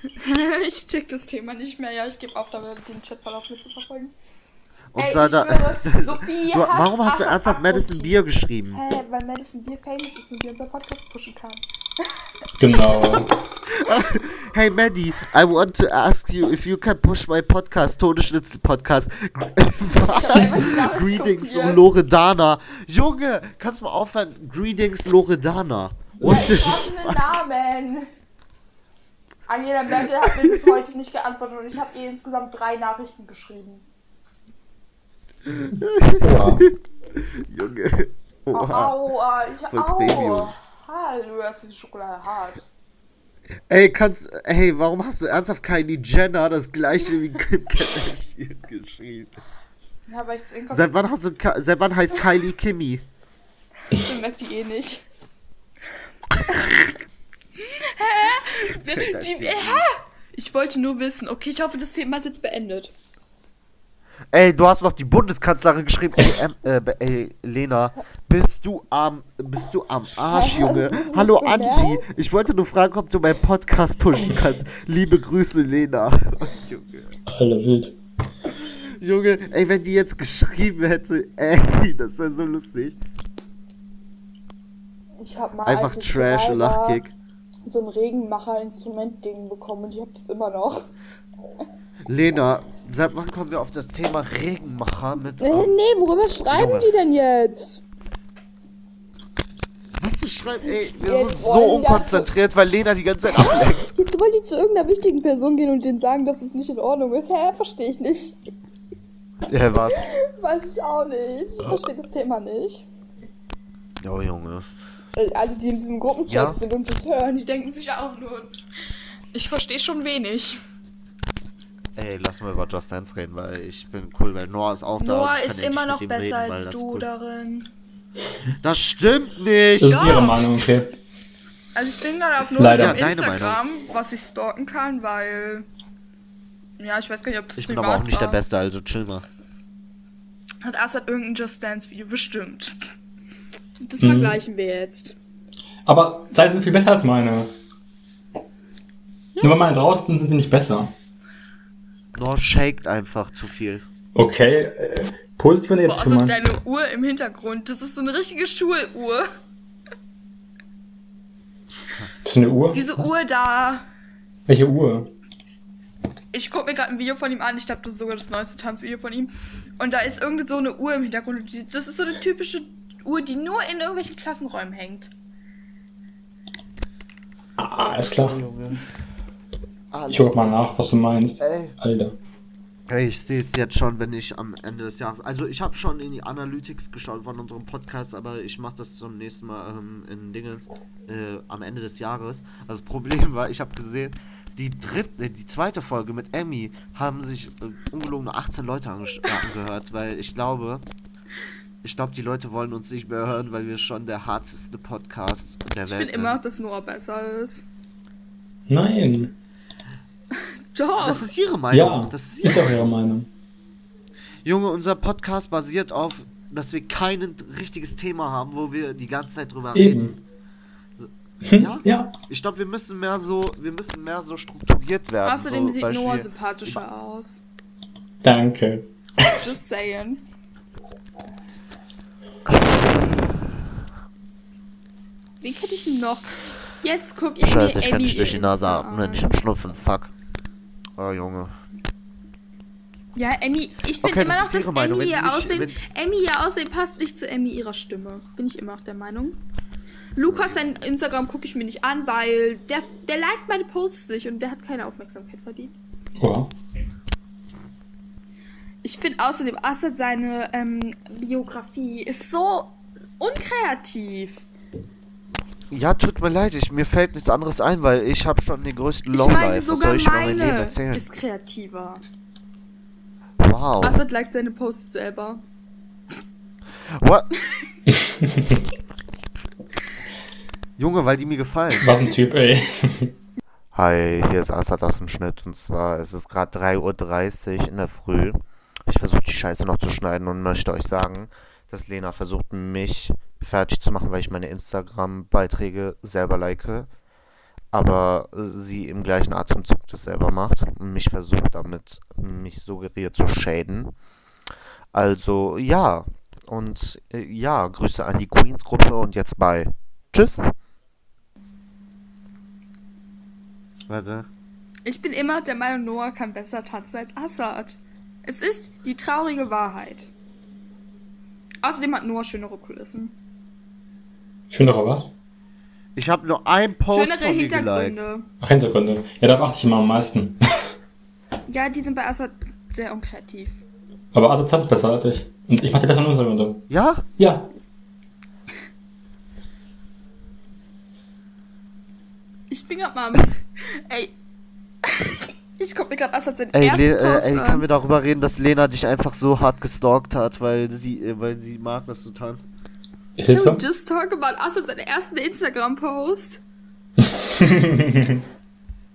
Ich check das Thema nicht mehr. Ja, ich gebe auf, damit den Chatverlauf mitzuverfolgen. Und Ey, Sada, ich schwöre, Sophie du, hat warum hast du Assad ernsthaft Madison abgezogen. Beer geschrieben? Hä, weil Madison Beer famous ist und wir unseren Podcast pushen kann. Genau. Hey Maddie, I want to ask you if you can push my podcast, Todesschnitzel Podcast. hab einfach die Nachricht Greetings kopiert. Loredana. Junge, kannst du mal aufhören? Greetings Loredana. What the Offene Namen. Angela Merkel hat mir bis heute nicht geantwortet und ich habe ihr insgesamt drei Nachrichten geschrieben. Ja. Junge. Oh, Oha. aua, ich Voll Premium. aua. Hallo, das ist Schokolade hart. Ey, kannst Hey, warum hast du ernsthaft Kylie Jenner das gleiche wie Kim Kardashian geschrieben? Ja, aber ich zu Inkommen Seit wann hast du Ka- seit wann heißt Kylie Kimmy? merkt die eh nicht. Kardashian. Ich wollte nur wissen. Okay, ich hoffe, das Thema ist jetzt beendet. Ey, du hast noch die Bundeskanzlerin geschrieben. Ey, ähm, äh, be- ey Lena, bist du am, bist du am Arsch, Junge? Hallo Angie, ich wollte nur fragen, ob du meinen Podcast pushen kannst. Liebe Grüße, Lena. Junge. Alle wild. Junge, ey, wenn die jetzt geschrieben hätte, ey, das wäre so lustig. Ich habe mal Einfach als ich Trash, drei war, Lachkick. so ein Regenmacher-Instrument-Ding bekommen und ich habe das immer noch. Lena, seit wann kommen wir auf das Thema Regenmacher mit? Äh, Ähm, nee, worüber schreiben Junge. die denn jetzt? was du schreibst, ey, wir Jetzt sind wollen so wir- unkonzentriert, weil Lena die ganze Zeit ablenkt. Jetzt wollen die zu irgendeiner wichtigen Person gehen und denen sagen, dass es nicht in Ordnung ist. Hä, verstehe ich nicht. Ja, was? Weiß ich auch nicht. Äh. Ich verstehe das Thema nicht. Oh, Junge. Äh, Alle, die in diesem Gruppenchat Ja. sind und das hören, die denken sich auch nur. Ich verstehe schon wenig. Ey, lass mal über Just Dance reden, weil ich bin cool, weil Noah ist auch da. und Noah ich kann ist endlich immer mit noch ihm besser reden, weil als das du cool- darin. Das stimmt nicht! Das ist ihre Meinung, okay. Also ich bin gerade auf Leider. Noah auf Ja, deine Instagram, was ich stalken kann, weil... Ja, ich weiß gar nicht, ob das ich bin privat aber auch nicht der war. Beste, also chill mal. Hat Assad irgendein Just Dance Video bestimmt. Das Mhm. vergleichen wir jetzt. Aber seine sind viel besser als meine. Nur weil meine draußen sind, sind die nicht besser. Noah shaked einfach zu viel. Okay, äh, positiv und Boah, negativ also Assad, gemeint. deine Uhr im Hintergrund. Das ist so eine richtige Schuluhr. Ist eine Uhr? Diese Was? Uhr da. Welche Uhr? Ich gucke mir gerade ein Video von ihm an. Ich glaube, das ist sogar das neueste Tanzvideo von ihm. Und da ist irgend so eine Uhr im Hintergrund. Und die- Das ist so eine typische Uhr, die nur in irgendwelchen Klassenräumen hängt. Ah, ist klar. Junge. Ich guck mal nach, was du meinst. Ey. Alter. Ey, ich sehe es jetzt schon, wenn ich am Ende des Jahres. Also ich habe schon in die Analytics geschaut von unserem Podcast, aber ich mache das zum nächsten Mal ähm, in Dingens äh, am Ende des Jahres. Also das Problem war, ich habe gesehen, die dritte, äh, die zweite Folge mit Emmy haben sich äh, ungelogen nur 18 Leute ange- äh, angehört, weil ich glaube, ich glaube, die Leute wollen uns nicht mehr hören, weil wir schon der harteste Podcast der Ich Welt sind. finde immer, dass Noah besser ist. Nein. Doch. Das ist ihre Meinung. Ja, das ist ihre ist auch ihre Meinung. Junge, unser Podcast basiert auf, dass wir kein richtiges Thema haben, wo wir die ganze Zeit drüber reden. Eben. Hm, Ja? ja? Ich glaube, wir müssen mehr so, wir müssen mehr so strukturiert werden. Außerdem so sieht Beispiel- Noah sympathischer aus. Danke. Just saying. Wen könnte ich denn noch? Jetzt guck ich Scheiße, mir ich kann Emmy nicht durch die Nase Insta atmen, an. ich hab Schnupfen, fuck. Oh Junge. Ja, Emmy, ich finde Okay, das immer noch, ist ihre dass Meinung. Emmy Wenn sie ihr nicht- Aussehen, wenn- Emmy ihr Aussehen passt nicht zu Emmy ihrer Stimme. Bin ich immer auch der Meinung. Lukas, sein Instagram gucke ich mir nicht an, weil der, der liked meine Posts nicht und der hat keine Aufmerksamkeit verdient. Oha. Ich finde außerdem Assad seine ähm, Biografie ist so unkreativ. Ja, tut mir leid, ich, mir fällt nichts anderes ein, weil ich habe schon den größten Ich Lowlife. meine, Was sogar soll ich über mein Leben meine erzählen? Oh. ist kreativer. Wow. Assad liked seine Posts selber. What? Junge, weil die mir gefallen. Was ein Typ, ey. Hi, hier ist Assad aus dem Schnitt und zwar es ist gerade 3.30 Uhr in der Früh. Ich versuche die Scheiße noch zu schneiden und möchte euch sagen, dass Lena versucht mich fertig zu machen, weil ich meine Instagram-Beiträge selber like, aber äh, sie im gleichen Atemzug das selber macht und mich versucht damit, mich suggeriert zu schäden. Also ja, und äh, ja, Grüße an die Queens-Gruppe und jetzt bye. Tschüss. Warte. Ich bin immer der Meinung, Noah kann besser tanzen als Assad. Es ist die traurige Wahrheit. Außerdem hat Noah schönere Kulissen. Schönere was? Ich habe nur einen Post schönere von dir geliked. Hintergründe. Ach, Hintergründe. Ja, darauf achte ich immer am meisten. Ja, die sind bei Assad sehr unkreativ. Aber Arthur tanzt besser als ich. Und ich mache dir besser nur Hintergründe. Ja? Ja. Ich bin grad mal am... Ey. Ich guck mir gerade Assad seinen Ey, ersten Le Post äh, ey, an. können wir darüber reden, dass Lena dich einfach so hart gestalkt hat, weil sie, äh, weil sie mag, dass du tanzt? Hilfe? Dude, just talk about Assad seinen ersten Instagram-Post.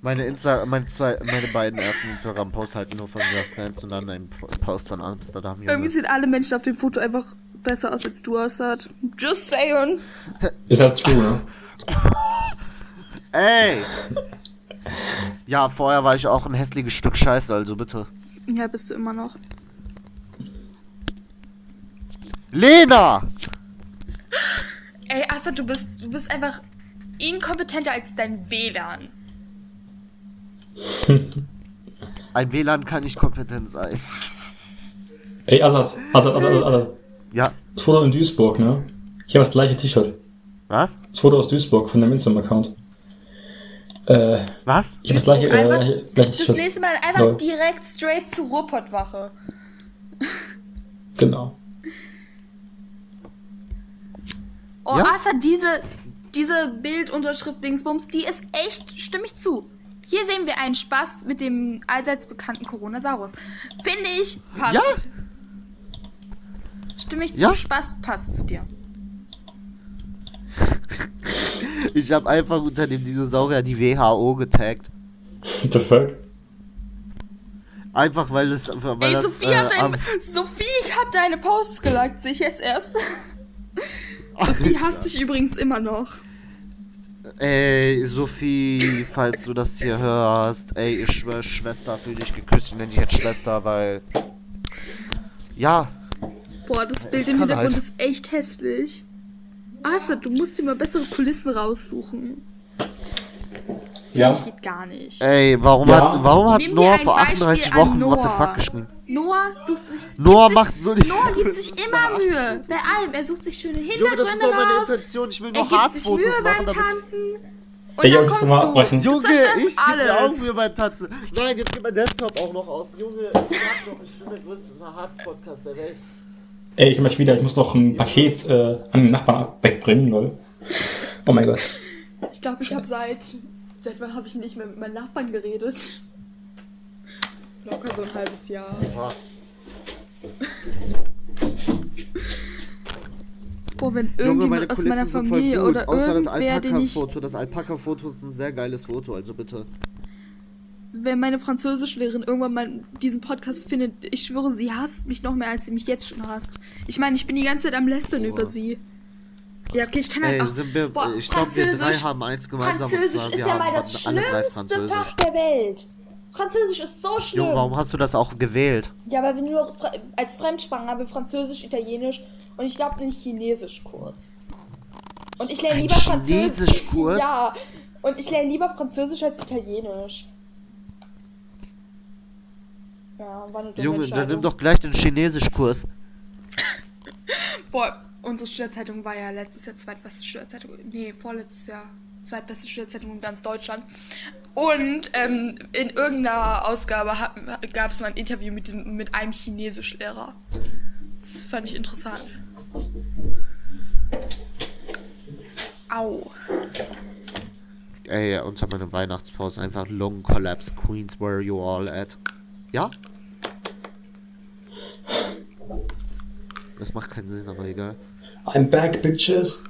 Meine Insta, meine zwei, meine beiden ersten Instagram-Posts halten nur von Just Dance und dann einen Po- Post von Amsterdam. Irgendwie Junge. sehen alle Menschen auf dem Foto einfach besser aus als du, Assad. Just saying. Ist halt true, ne? Ey! Ja, vorher war ich auch ein hässliches Stück Scheiße, also bitte. Ja, bist du immer noch. Lena! Ey, Assad, du bist, du bist einfach inkompetenter als dein WLAN. Ein WLAN kann nicht kompetent sein. Ey, Assad. Assad, Assad, Assad. Assad. Ja. Das Foto in Duisburg, ne? Ich habe das gleiche T-Shirt. Was? Das Foto aus Duisburg von deinem Instagram-Account. Äh, Was? ich habe das gleiche, Einfach- äh, gleiche Das T-Shirt. nächste Mal einfach Lol. direkt straight zur Ruhrpottwache. Genau. Oh, Ja. Assad, diese, diese Bildunterschrift-Dingsbums, die ist echt, stimme ich zu. Hier sehen wir einen Spaß mit dem allseits bekannten Coronasaurus. Finde ich, passt. Ja. Stimme ich zu, Ja. Spaß passt zu dir. Ich habe einfach unter dem Dinosaurier die WHO getaggt. What the fuck? einfach Einfach weil es. Weil Ey, das, Sophie, äh, hat dein, am- Sophie hat deine Posts geliked, sehe ich jetzt erst. Sophie hasst dich übrigens immer noch. Ey, Sophie, falls du das hier hörst, ey, ich schwör, Schwester, fühl dich geküsst, ich nenne dich jetzt Schwester, weil. Ja, Boah, das Ich Bild im kann Hintergrund halt. ist echt hässlich. Asa, du musst dir mal bessere Kulissen raussuchen. Ja. Ja. Ich geht gar nicht. Ey, warum Ja. hat, warum hat Nimm dir Noah ein vor 38 Beispiel an Wochen What the Noah. fuck geschrieben? Noah sucht sich. Noah gibt macht sich, so die- Noah gibt sich immer Mühe. Bei allem. Er sucht sich schöne Junge, das ist Hintergründe doch meine raus. Intention. Ich will Er nur gibt sich Mühe Harzfotos machen. beim Damit Tanzen. Und dann Ey, Jungs, kommst komm mal du. abbrechen. Du Junge, zerstörst ich geb mir auch alles. Mühe beim Tanzen. Nein, jetzt geht mein Desktop auch noch aus. Junge, ich hab noch, ich bin der größte Hard-Podcast der Welt. Ey, ich komme gleich wieder. Ich muss noch ein Paket äh, an den Nachbarn wegbringen, lol. Oh mein Gott. Ich glaube, ich habe seit. Seit wann habe ich nicht mehr mit meinen Nachbarn geredet? Locker so ein halbes Jahr. Boah, Oh, wenn Junge, meine irgendjemand aus meiner Kulissen sind voll Familie gut, oder außer das irgendwer, den ich Alpaka-Foto. Das Alpaka-Foto ist ein sehr geiles Foto, also bitte. wenn meine Französischlehrerin irgendwann mal diesen Podcast findet, ich schwöre, sie hasst mich noch mehr, als sie mich jetzt schon hasst. Ich meine, ich bin die ganze Zeit am Lästern Oha. über sie. Ja, okay, ich kann Ey, halt auch. sind wir, boah, ich glaube, wir drei Französisch- haben eins gemeinsam. und Französisch zwar, ist wir ja haben mal das alle drei schlimmste Französisch. Fach der Welt. Französisch ist so schlimm. Junge, warum hast du das auch gewählt? Ja, aber wenn du noch Fra- als Fremdsprache habe Französisch, Italienisch und ich glaube einen Chinesischkurs. Und ich lerne Ein lieber Französisch. Chinesischkurs? Ja. Und ich lerne lieber Französisch als Italienisch. Ja, war eine dumme Junge, dann nimm Entscheidung. doch gleich den Chinesischkurs. Boah, unsere Schülerzeitung war ja letztes Jahr zweitbeste Schülerzeitung. Nee, vorletztes Jahr zweitbeste Schülerzeitung in ganz Deutschland. Und ähm, in irgendeiner Ausgabe gab es mal ein Interview mit, dem, mit einem Chinesischlehrer. Das fand ich interessant. Au. Ey, unter meiner Weihnachtspause einfach Long Collapse Queens, where you all at? Ja? Das macht keinen Sinn, aber egal. I'm back, bitches.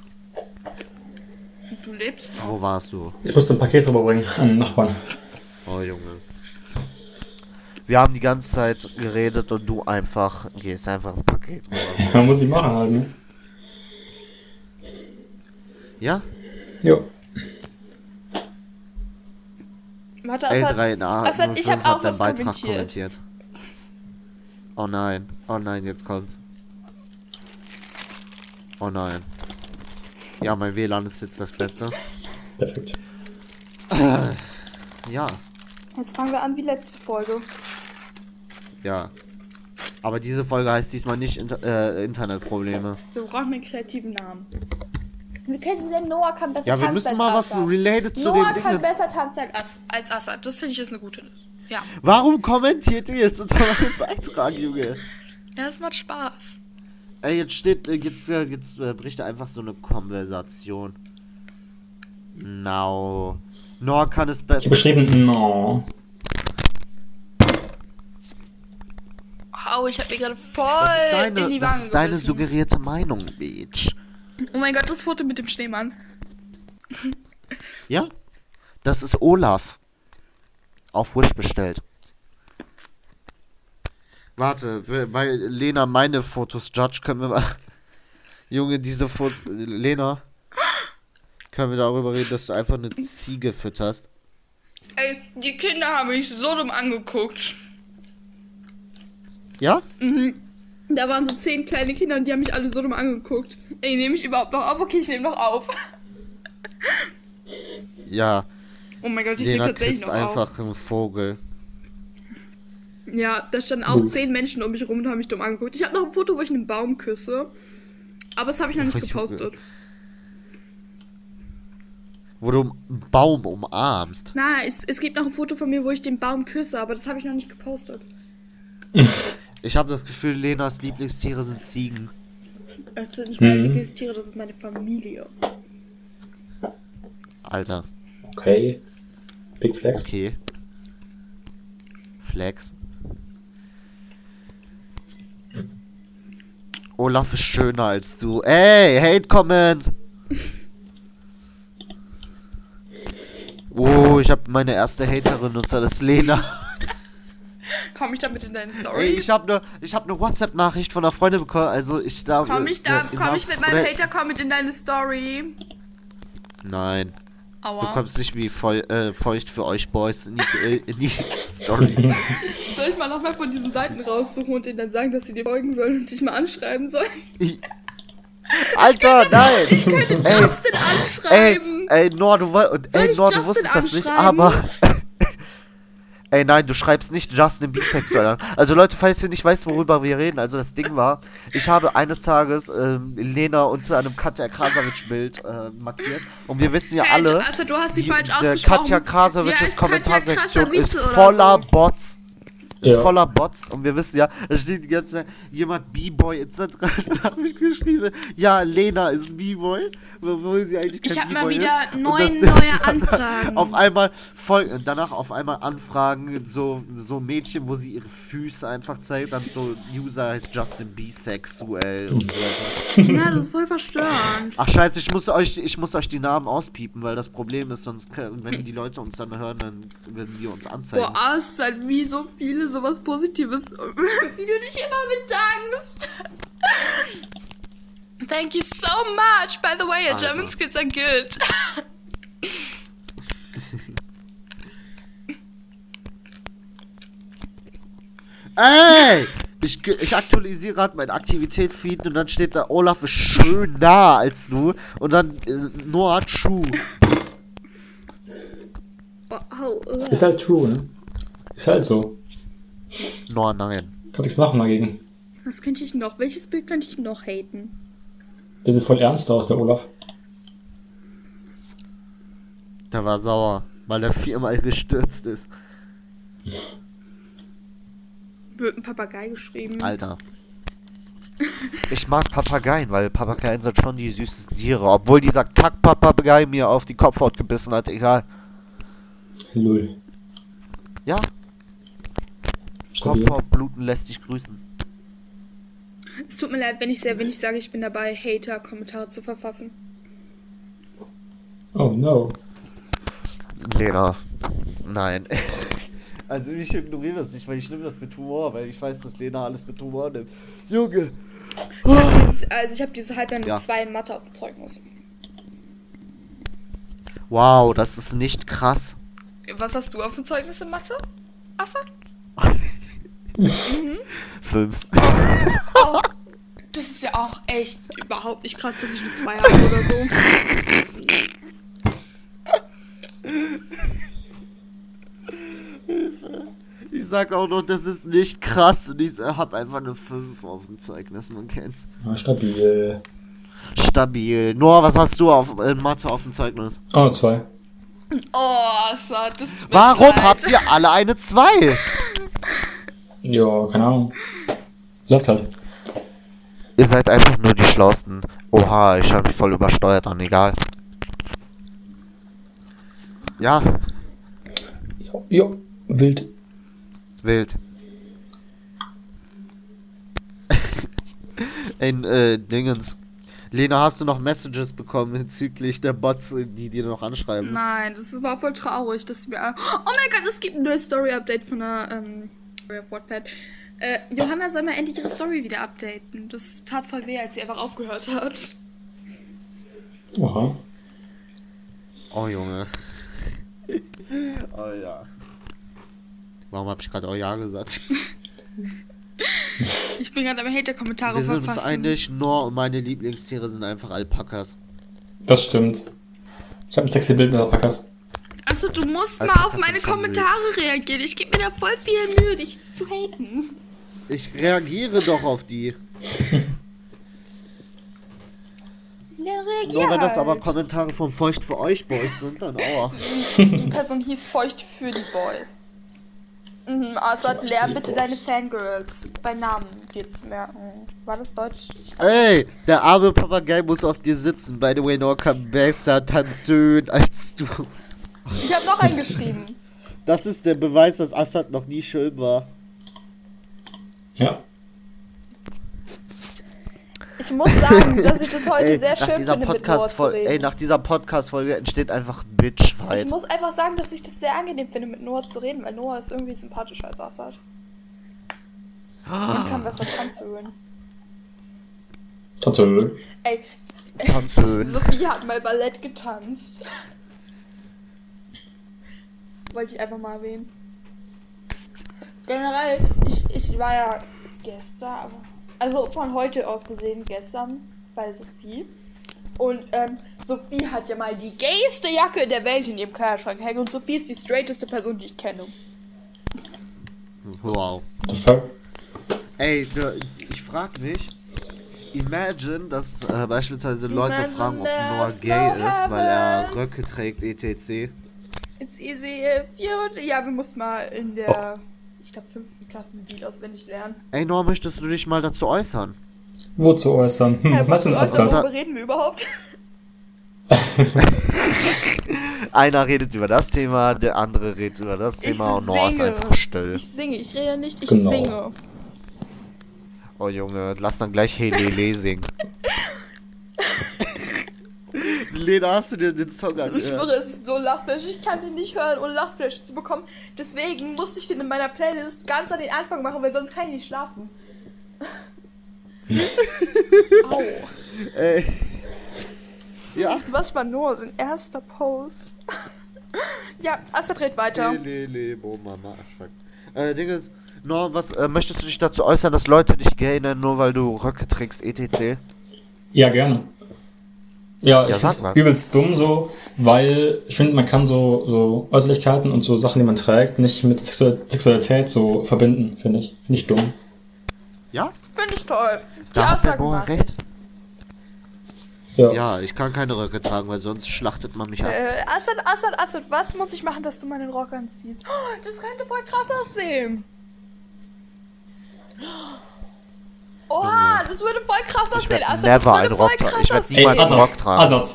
Du lebst Wo warst du? Ich musste ein Paket rüberbringen an den Nachbarn. Oh Junge. Wir haben die ganze Zeit geredet und du einfach gehst einfach ein Paket rüber. Ja, muss ich machen halt, ne? Ja? Jo. Warte, Assad, L3A. Assad, ich hab auch was kommentiert. Oh nein. Oh nein, jetzt kommt's. Oh nein. Ja, mein WLAN ist jetzt das Beste. Perfekt. Ja, Jetzt fangen wir an wie letzte Folge. ja. Aber diese Folge heißt diesmal nicht Inter äh, Internetprobleme. wir brauchen einen kreativen Namen. Wie kennst du denn Noah kann besser Ja, wir tanzen müssen als mal was Asa? related zu Noah den kann halt Dingen. besser tanzen als Als, als Assad, das finde ich ist eine gute. Ja. Warum kommentiert ihr jetzt unter meinem Beitrag, Junge? Ja, das macht Spaß. Ey, jetzt steht, äh, jetzt, äh, jetzt äh, bricht einfach so eine Konversation. No. Nor kann es Ich habe besser. geschrieben, no. Au, ich habe mir gerade voll Das ist deine, in die das Wange ist deine gebissen. suggerierte Meinung, Beach. Oh mein Gott, das Foto mit dem Schneemann. Ja? Das ist Olaf. Auf Wish bestellt. Warte, we- weil Lena meine Fotos judge, können wir mal. Junge, diese Fotos. Lena. Können wir darüber reden, dass du einfach eine Ziege fütterst? Ey, die Kinder haben mich so dumm angeguckt. Ja? Da waren so zehn kleine Kinder und die haben mich alle so dumm angeguckt. Ey, nehme ich überhaupt noch auf? Okay, ich nehme noch auf. Ja. Oh mein Gott, ich nehme Lena tatsächlich küsst noch auf. einfach einen Vogel. Ja, da standen auch zehn Menschen um mich rum und haben mich dumm angeguckt. Ich habe noch ein Foto, wo ich einen Baum küsse. Aber das habe ich noch nicht Ich- gepostet. Wo du einen Baum umarmst. Na, es, es gibt noch ein Foto von mir, wo ich den Baum küsse, aber das habe ich noch nicht gepostet. Ich habe das Gefühl, Lenas Lieblingstiere sind Ziegen. Das sind nicht Also, meine Mhm. Lieblingstiere, das ist meine Familie. Alter. Okay. Big Flex. Okay. Flex. Olaf ist schöner als du. Ey, Hate Comment! Oh, ich habe meine erste Haterin und zwar das ist Lena. Komm ich damit in deine Story? Ey, ich habe ne, ich habe ne WhatsApp Nachricht von einer Freundin bekommen, also ich darf Komm ich, da, ne, komm ich mit meinem oder- Hater-Comment in deine Story? Nein, du Aua. kommst nicht wie voll, äh, feucht für euch Boys in die, äh, in die Story. Soll ich mal noch mal von diesen Seiten raussuchen und denen dann sagen, dass sie dir folgen sollen und dich mal anschreiben sollen? Alter, nein. Ich könnte Justin anschreiben. Ey, Nor, du, woll- und, Soll ey, ich Nor, du Justin wusstest das nicht, anschreiben? aber. ey, nein, du schreibst nicht Justin bisexuell an. Also, Leute, falls ihr nicht weißt, worüber wir reden, also das Ding war, ich habe eines Tages ähm, Lena unter einem Katja Krasavitsch-Bild äh, markiert. Und wir wissen ja Hey, alle, also du hast sie die- falsch der ausgesprochen. Katja Sie Krasavitsches heißt Katja Kommentarsektion ist Krasavitze oder voller so. Bots. Ist Ja. voller Bots und wir wissen ja, es steht die ganze Zeit jemand B-Boy etc. Dann hat mich geschrieben, ja, Lena ist B-Boy, obwohl sie eigentlich Ich kein hab mal B-Boy wieder ist. Und neun das- neue Anfragen. Auf einmal voll, und danach auf einmal Anfragen, so, so Mädchen, wo sie ihre Füße einfach zeigt, dann so User heißt Justin bisexuell und so weiter. Ja, das ist voll verstörend. Ach scheiße, ich muss euch, ich muss euch die Namen auspiepen, weil das Problem ist, sonst können, wenn die Leute uns dann hören, dann werden die uns anzeigen. Boah, es ist halt wie so viele sowas Positives, wie du dich immer bedankst. Thank you so much. By the way, your Alter. German skills are good. Ey! Ich, ge- ich aktualisiere gerade mein Aktivitätsfeed und dann steht da Olaf ist schön nah als du und dann äh, Noah True. Oh, au, äh. Ist halt true, ne? Ist halt so. Noah nein. Kannst nichts machen dagegen. Was könnte ich noch? Welches Bild könnte ich noch haten? Der sieht voll ernst aus, der Olaf. Der war sauer, weil er viermal gestürzt ist. Wird ein Papagei geschrieben. Alter. Ich mag Papageien, weil Papageien sind schon die süßesten Tiere, obwohl dieser Kack-Papagei mir auf die Kopfhaut gebissen hat, egal. Lul. Ja, Stabil. Kopfhautbluten lässt dich grüßen. Es tut mir leid, wenn ich sehr wenig sage, ich bin dabei, Hater-Kommentare zu verfassen. Oh no. Lena. Nein. Also ich ignoriere das nicht, weil ich nehme das mit Humor, weil ich weiß, dass Lena alles mit Humor nimmt. Junge. Ich hab dieses, also ich habe diese halbe Oh. Ja. mit zwei in Mathe auf dem Zeugnis. Wow, das ist nicht krass. Was hast du auf dem Zeugnis in Mathe? Wasser? Fünf. Oh, das ist ja auch echt überhaupt nicht krass, dass ich eine 2 habe oder so. Ich sag auch noch, das ist nicht krass und ich hab einfach eine 5 auf dem Zeugnis, man kennt's. Ah, Stabil. Stabil. Noah, was hast du auf in Mathe auf dem Zeugnis? Oh, zwei. Oh, Asa, das tut mir Warum leid. habt ihr alle eine 2? Ja, keine Ahnung. Läuft halt. Ihr seid einfach nur die Schlausten. Oha, ich habe mich voll übersteuert an, egal. Ja, Jo, jo. wild. Wild. In äh, Dingens. Lena, hast du noch Messages bekommen bezüglich der Bots, die dir noch anschreiben? Nein, das war voll traurig, dass sie mir. alle- Oh mein Gott, es gibt ein neues Story-Update von der ähm, Story auf Wattpad. Äh, Johanna soll mal endlich ihre Story wieder updaten. Das tat voll weh, als sie einfach aufgehört hat. Oha. Oh Junge. oh ja. Warum habe ich gerade oh ja gesagt? Ich bin gerade am Hater-Kommentare Wir sind uns verfassen. einig, Nor und meine Lieblingstiere sind einfach Alpakas. Das stimmt. Ich habe ein sexy Bild mit Alpakas. Also du musst Alter, mal das auf ist meine schon wild. Kommentare reagieren. Ich gebe mir da voll viel Mühe, dich zu haten. Ich reagiere doch auf die. Ja, reagier Nur wenn das aber halt. Kommentare von Feucht für euch Boys sind, dann aua. Die Person hieß Feucht für die Boys. Mhm, Assad, Feucht für lehr die bitte Boys. deine Fangirls. Bei Namen geht's merken. War das Deutsch? Ey, der arme Papagei muss auf dir sitzen. By the way, Noah kann besser tanzen als du. Ich habe noch einen geschrieben. Das ist der Beweis, dass Assad noch nie schön war. Ja. Ich muss sagen, dass ich das heute sehr nach schön dieser finde, mit Noah Podcast zu reden. Ey, nach dieser Podcast-Folge entsteht einfach ich Bitchfight. muss einfach sagen, dass ich das sehr angenehm finde, mit Noah zu reden, weil Noah ist irgendwie sympathischer als Assad. Und kann besser tanzen. Tatsächlich. Ey, Tanzen. Sophie hat mal Ballett getanzt. Wollte ich einfach mal erwähnen. Generell, ich, ich war ja gestern, aber- also von heute aus gesehen gestern bei Sophie. Und ähm, Sophie hat ja mal die gayste Jacke der Welt in ihrem Kleiderschrank hängen und Sophie ist die straighteste Person, die ich kenne. Wow. What the fuck? Ey, du, ich frag mich. Imagine, dass äh, beispielsweise Leute Imagine fragen, ob Noah there's gay no ist, weil er heaven. Röcke trägt, etc. It's easy if you... Ja, wir mussten mal in der, ich glaube, fünften Klasse ein Lied auswendig lernen. Ey, Noah, möchtest du dich mal dazu äußern? Wozu äußern? Hm, was meinst du denn Also, äußern? worüber reden wir überhaupt? Einer redet über das Thema, der andere redet über das Ich Thema und Noah ist singe. einfach still. Ich singe, ich rede nicht, ich Genau. singe. Oh Junge, lass dann gleich Helele singen. Lena, hast du dir den Song Ich angehört? schwöre, es ist so Lachflash. Ich kann ihn nicht hören, ohne Lachflash zu bekommen. Deswegen musste ich den in meiner Playlist ganz an den Anfang machen, weil sonst kann ich nicht schlafen. Au. Ey. Ja. Was war nur sein erster Post? ja, Asta dreht weiter. Helele, bo Mama. Ach, fuck. Äh, Dingens, Noah, was äh, möchtest du dich dazu äußern, dass Leute dich gay nennen, nur weil du Röcke E trägst, etc.? Ja, gerne. Ja, ich sag find's mal. übelst dumm so, weil ich finde, man kann so, so Äußerlichkeiten und so Sachen, die man trägt, nicht mit Sexual Sexualität so verbinden, finde ich. Finde ich dumm. Ja? Finde ich toll. Die Da hat der Aussage Boa mag ich. recht. Ja. Ja, ich kann keine Röcke tragen, weil sonst schlachtet man mich ab. Äh, Assad, Assad, Assad, was muss ich machen, dass du meinen Rock anziehst? Oh, das könnte voll krass aussehen. Oha, das würde voll krass Ich aussehen, werd Assad. Das never einen würde voll Rock tragen. krass Ich werd Ey, niemals einen aussehen. Azad, Rock tragen. Azad,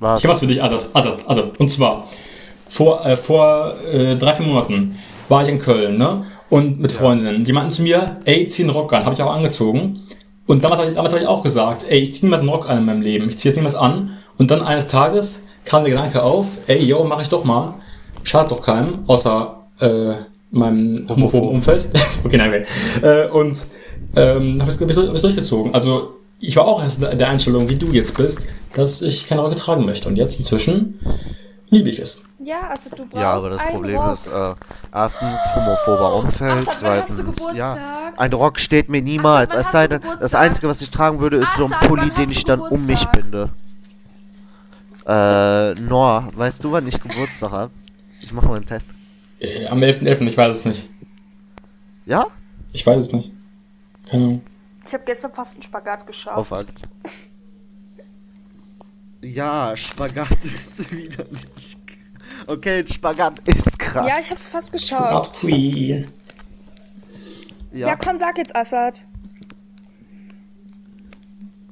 Was? ich hab was für dich, Azad, Azad, Azad. Und zwar, vor, äh, vor äh, drei, vier Monaten war ich in Köln, ne? Und mit Freundinnen. Die meinten zu mir, ey, zieh einen Rock an. Habe ich auch angezogen. Und damals habe ich, damals hab ich auch gesagt, ey, ich zieh niemals einen Rock an in meinem Leben. Ich zieh es niemals an. Und dann eines Tages kam der Gedanke auf, ey, yo, mache ich doch mal. Schadet doch keinem, außer äh, meinem homophoben Umfeld. okay, nein, okay. Äh, und ähm, habe es hab ich's durch- hab ich's durchgezogen. Also ich war auch erst in der Einstellung, wie du jetzt bist, dass ich keine Rock tragen möchte. Und jetzt inzwischen liebe ich es. Ja, Assad, du brauchst Ja, aber das einen Problem Rock. ist, äh, erstens homophober Umfeld, Assad, wann hast du zweitens, ja, Geburtstag? ein Rock steht mir niemals. wann es hast sei du denn, das Geburtstag? Einzige, was ich tragen würde, ist so ein Assad, Pulli, wann den hast ich du dann um mich Geburtstag? binde. Äh, Noah, weißt du, wann ich Geburtstag habe? Ich mache mal einen Test. Äh, am 11.11., ich weiß es nicht. Ja? Ich weiß es nicht. Keine Ahnung. Ich habe gestern fast einen Spagat geschafft. Aufwand. Ja, Spagat ist wieder nicht. Okay, Spagat ist krass. ja, ich hab's fast Ach, geschafft. Queen. Ja, ja, komm, sag jetzt, Assad.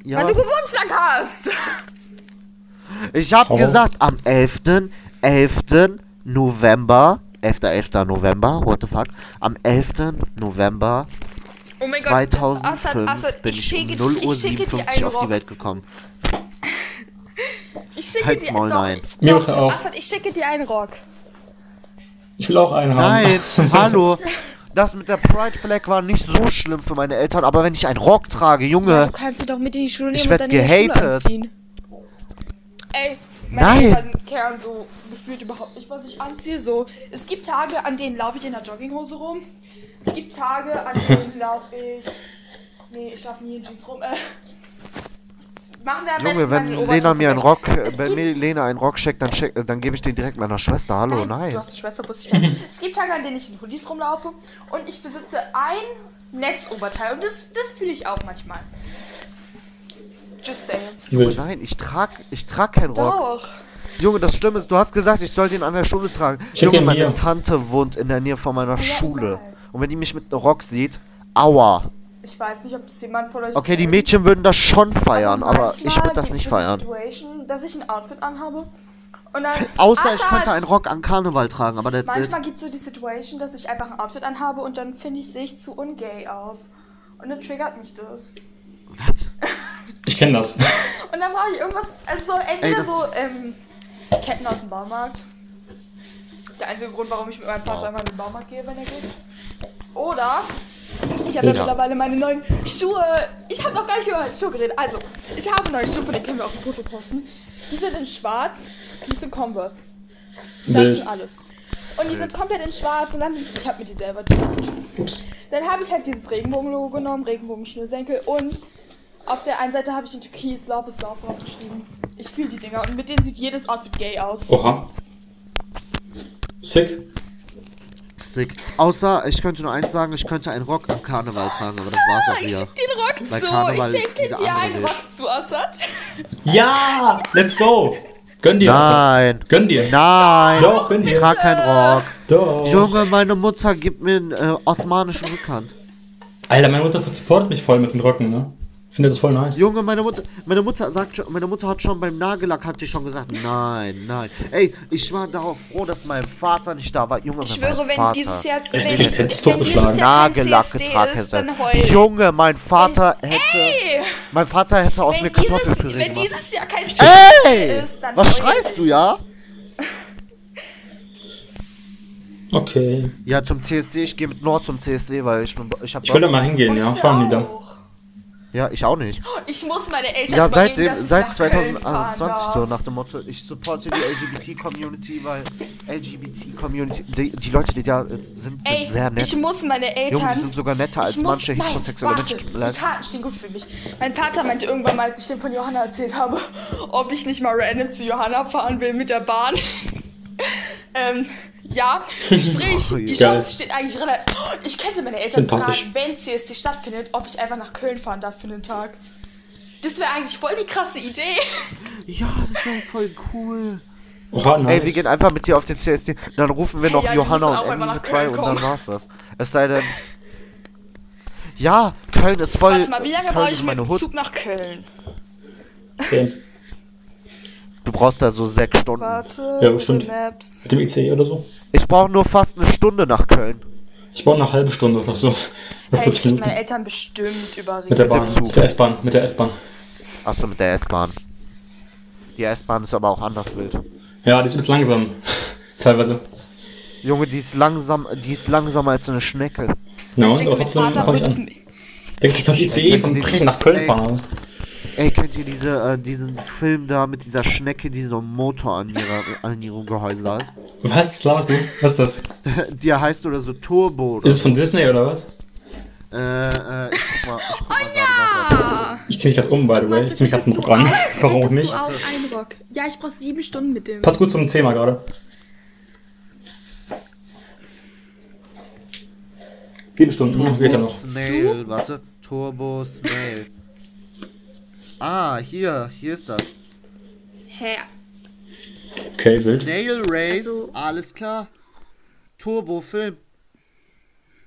ja. Wann du Geburtstag hast! Ich hab Hau raus. gesagt, am 11. 11. November. 11. 11. November, what the fuck? Am 11. November Oh mein Gott. 2005 Assad, Assad, bin ich ich um schicke, 0 Uhr ich schicke dir 57 einen auf die Rock. Welt gekommen. Ich schicke Halt's dir Maul, doch, nein. Mir Doch, bitte auch. Assad, ich schicke dir einen Rock. Ich will auch einen haben. Nein, hallo. Das mit der Pride Flag war nicht so schlimm für meine Eltern, aber wenn ich einen Rock trage, Junge, Du kannst ihn doch mit in die Schule Äh, Ich nehmen werd und dann in die Schule gehatet. anziehen. Ey, Nein. meine Eltern kehren so gefühlt überhaupt nicht, was ich anziehe. So, es gibt Tage, an denen laufe ich in der Jogginghose rum. Es gibt Tage, an denen laufe ich. Nee, ich laufe nie in Jeans rum. Äh. Machen wir am besten Junge, mal den wenn Oberteil Lena mir einen Rock, Es wenn gibt- mir Lena einen Rock schickt, dann, schick, dann gebe ich den direkt meiner Schwester. Hallo, oh nein. Du hast eine Schwester, muss ich rein. Es gibt Tage, an denen ich in Hoodies rumlaufe und ich besitze ein Netzoberteil und das, das fühle ich auch manchmal. Just saying. Ich will. Nein, ich trag, ich trag keinen Rock. Doch. Junge, das Schlimme ist, du hast gesagt, ich soll den an der Schule tragen. Schick Junge, ihn meine mir. Tante wohnt in der Nähe von meiner Ja, Schule. egal. Und wenn die mich mit einem Rock sieht, aua. Ich weiß nicht, ob das jemand von euch. Okay, die kennt. Mädchen würden das schon feiern, aber Manchmal ich würde das gibt nicht es feiern. Ähm, Die Situation, dass ich ein Outfit anhabe. Und dann, Außer ich Assad! könnte einen Rock an Karneval tragen, aber der Manchmal gibt es so die Situation, dass ich einfach ein Outfit anhabe und dann finde ich, sehe ich zu ungay aus. Und dann triggert mich das. Ich kenne das. Und dann brauche ich irgendwas, also so Ey, entweder das- so ähm, Ketten aus dem Baumarkt. Der einzige Grund, warum ich mit meinem Vater Wow. immer in den Baumarkt gehe, wenn er geht. Oder ich habe ja Ja. mittlerweile meine neuen Schuhe. Ich habe noch gar nicht über meine Schuhe geredet. Also, ich habe neue Schuhe, von denen können wir auf dem Foto posten. Die sind in schwarz, die sind Converse. Das ist Wild. schon alles. Und die sind komplett in schwarz und dann, ich habe mir die selber designt. Ups. Dann habe ich halt dieses Regenbogenlogo genommen, Regenbogenschnürsenkel und Auf der einen Seite habe ich den Türkis Laufes Lauf draufgeschrieben. Ich fühle die Dinger und mit denen sieht jedes Outfit gay aus. Oha. Sick. Sick. Außer, ich könnte nur eins sagen, ich könnte einen Rock am Karneval tragen, aber das war's auch Ah, Ich wieder. schick den Rock Bei zu. Karneval ich ist schenke diese dir andere einen Welt. Rock zu, Assad. Ja! Let's go! Gönn dir. Nein. Gönn dir. Nein! Doch, bin ich. Trag keinen Rock. Doch. Junge, meine Mutter gibt mir einen äh, osmanischen Rückhand. Alter, meine Mutter supportet mich voll mit den Röcken, ne? Findet das voll nice. Junge, meine Mutter, meine Mutter sagt schon, meine Mutter hat schon beim Nagellack hat die schon gesagt, nein, nein. Ey, ich war darauf froh, dass mein Vater nicht da war. Junge, Ich mein schwöre, wenn Vater dieses Jahr. bin wenn, wenn jetzt dieses totgeschlagen. Jahr kein Nagellack CSD getragen ist, hätte. dann heul. Junge, mein Vater hätte, mein Vater hätte aus mir Wenn dieses, Kartoffelpüree wenn gemacht. dieses Jahr kein Ey, ist, dann was heul. schreist du ja? Okay. Ja, zum CSD, ich gehe mit Nord zum CSD, weil ich bin, ich hab Ich will da mal hingehen, ja. Fahren die da. Ja, ich auch nicht. Ich muss meine Eltern Ja, überreden, dass seitdem, ich seit nach Köln fahren 2021 so darf. nach dem Motto, ich supporte die LGBT-Community, weil LGBT-Community, die, die Leute, die da äh, sind, Ey, sind sehr ich nett. muss meine Eltern... Junge, die sind sogar netter Ich als muss- manche heterosexuelle nein, Menschen. Tut mir Warte, leid. die Karten stehen gut für mich. Mein Vater meinte irgendwann mal, als ich dem von Johanna erzählt habe, ob ich nicht mal random zu Johanna fahren will mit der Bahn. ähm, ja, sprich, die Geil. Chance steht eigentlich relativ... Oh, Ich könnte meine Eltern Sympathisch. fragen, wenn CSD stattfindet, ob ich einfach nach Köln fahren darf für den Tag. Das wäre eigentlich voll die krasse Idee. Ja, das ist ja voll cool. Oha, Ey, wir nice. gehen einfach mit dir auf den CSD, dann rufen wir noch Ja, die Johanna müssen auch und Emmy einmal nach mit Köln bei und dann kommen. war's das. Es sei denn... Ja, Köln ist voll... Warte mal, wie lange Köln brauche ist ich mit meine dem Hut. Zug nach Köln? Same. Du brauchst da so sechs Stunden. Warte, Ja, bestimmt. Maps. Mit dem ICE oder so. Ich brauche nur fast eine Stunde nach Köln. Ich brauche eine halbe Stunde oder so. Oder Hey, ich 40 krieg Minuten. meine Eltern bestimmt Mit der überreden. Bahn. Zug. Mit der S-Bahn. Mit der S-Bahn. Achso, mit der S-Bahn. Die S-Bahn ist aber auch anders wild. Ja, die ist ein bisschen langsam. Teilweise. Junge, die ist langsam, die ist langsamer als eine Schnecke. Ja, und Deswegen aber mein trotzdem Vater komme ich wird an. Denkst du, von ICE von Bremen nach Köln fahren? Ey, kennt ihr diese, äh, diesen Film da mit dieser Schnecke, die so einen Motor an, ihrer, an ihrem Gehäuse hat? Was? Was laberst du? Was ist das? Die heißt oder so Turbo. Oder? Ist es von Disney oder was? Äh, äh, ich guck mal. Ich guck Oh mal gerade nach. Ich zieh mich gerade um, by the way. Ich zieh mich gerade einen Druck an. Warum auch nicht? Auf einen Rock. Ja, ich brauche sieben Stunden mit dem. Passt gut zum Thema gerade. Sieben Stunden, Mhm. was geht da noch? Turbo Snail, warte. Turbo Snail. Ah, hier, hier ist das. Hä? Okay, wild. Nail Race, Also- alles klar. Turbo Film.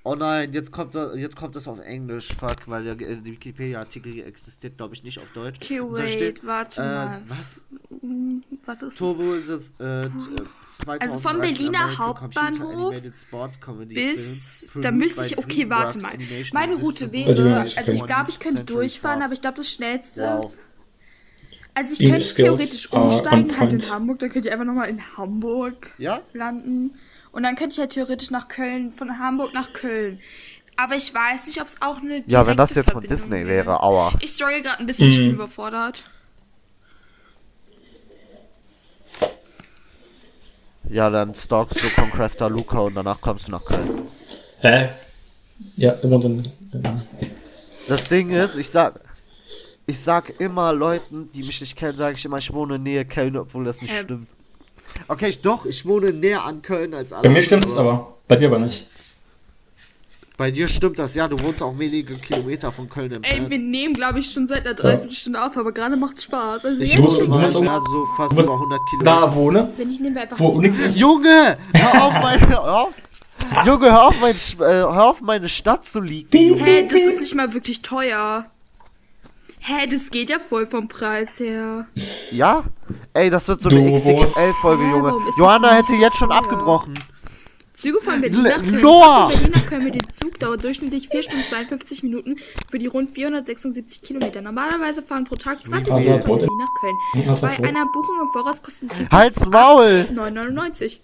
Oh nein, jetzt kommt das, jetzt kommt das auf Englisch, fuck, weil der äh, der Wikipedia-Artikel existiert, glaube ich, nicht auf Deutsch. Okay, Und da wait, steht, warte äh, mal. Was? Hm, Was ist das? Turbo ist äh, t- äh, 2001 Also vom Berliner American Computer Hauptbahnhof Animated Sports Comedy bis. Film, Da produced müsste ich. by Okay, warte DreamWorks mal. Animation Meine and Route distributed wäre. by ist Also, ich okay. glaube, ich könnte 20th Century durchfahren, Fox. aber ich glaube, das schnellste Wow. ist. Also, ich Team könnte Skills theoretisch are on umsteigen, halt in point. Hamburg. Dann könnt ihr einfach nochmal in Hamburg Ja? landen. Und dann könnte ich halt theoretisch nach Köln, von Hamburg nach Köln. Aber ich weiß nicht, ob es auch eine. Ja, wenn das direkte jetzt von Verbindung Disney wäre. wäre, aua. Ich struggle gerade ein bisschen, ich bin Mhm. überfordert. Ja, dann stalkst du Concrafter Luca und danach kommst du nach Köln. Hä? Äh, Ja, immer so ein. äh, ja. Das Ding ist, ich sag, ich sag immer Leuten, die mich nicht kennen, sage ich immer, ich wohne näher Köln, obwohl das nicht Ähm. stimmt. Okay, ich, doch, ich wohne näher an Köln als alle. Bei mir stimmt es anderen. aber. Bei dir aber nicht. Bei dir stimmt das, ja, du wohnst auch wenige Kilometer von Köln Ey, entfernt. wir nehmen, glaube ich, schon seit einer Dreiviertelstunde auf, aber gerade macht's Spaß. Also Ich jetzt, muss- Ich wohne wir sind um- ja so fast wir- über 100 Kilometer. Da wohne, wenn ich nehme einfach. wo nichts ist. Junge, hör auf, mein, hör auf. Junge, hör auf, mein, Sch- äh, hör auf meine Stadt zu liegen. Junge. Hä, das ist nicht mal wirklich teuer. Hä, das geht ja voll vom Preis her. Ja? Ey, das wird so eine Du wohnst- XXL-Folge, Hä, Junge. warum ist das Johanna denn hätte nicht jetzt schon teuer? abgebrochen. Züge von Berlin Le- nach Köln. Noah! Von Berlin nach Köln mit dem Zug dauert durchschnittlich 4 Stunden 52 Minuten für die rund 476 Kilometer. Normalerweise fahren pro Tag 20 Wie Züge viel? von Berlin nach Wie viel? Köln. Bei einer Buchung im Voraus kosten die Halt's Maul! 9,99.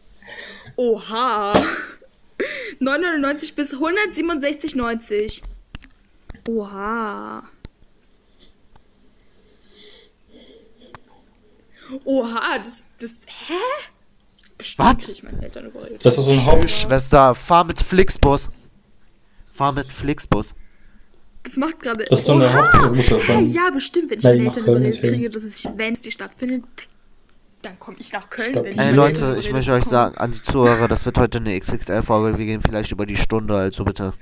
Oha. 9,99 bis 167,90. Oha. Oha, das, das, hä? Was? Bestimmt krieg ich meine Eltern überredet. Das ist so ein Haupt. Schwester, fahr mit Flixbus. Fahr mit Flixbus. Das macht gerade. Das ist so eine Hauptroute Ah, von. ja, bestimmt, wenn ich meine Berlin nach Eltern darüber Köln reden ist kriege, dass ich, wenn es die stattfindet, dann komme ich nach Köln. Stadt- Wenn Ey, Ey mit Äh, Leute, denen ich rede, möchte euch komm. sagen, an die Zuhörer, das wird heute eine XXL-Folge. Wir gehen vielleicht über die Stunde, also bitte.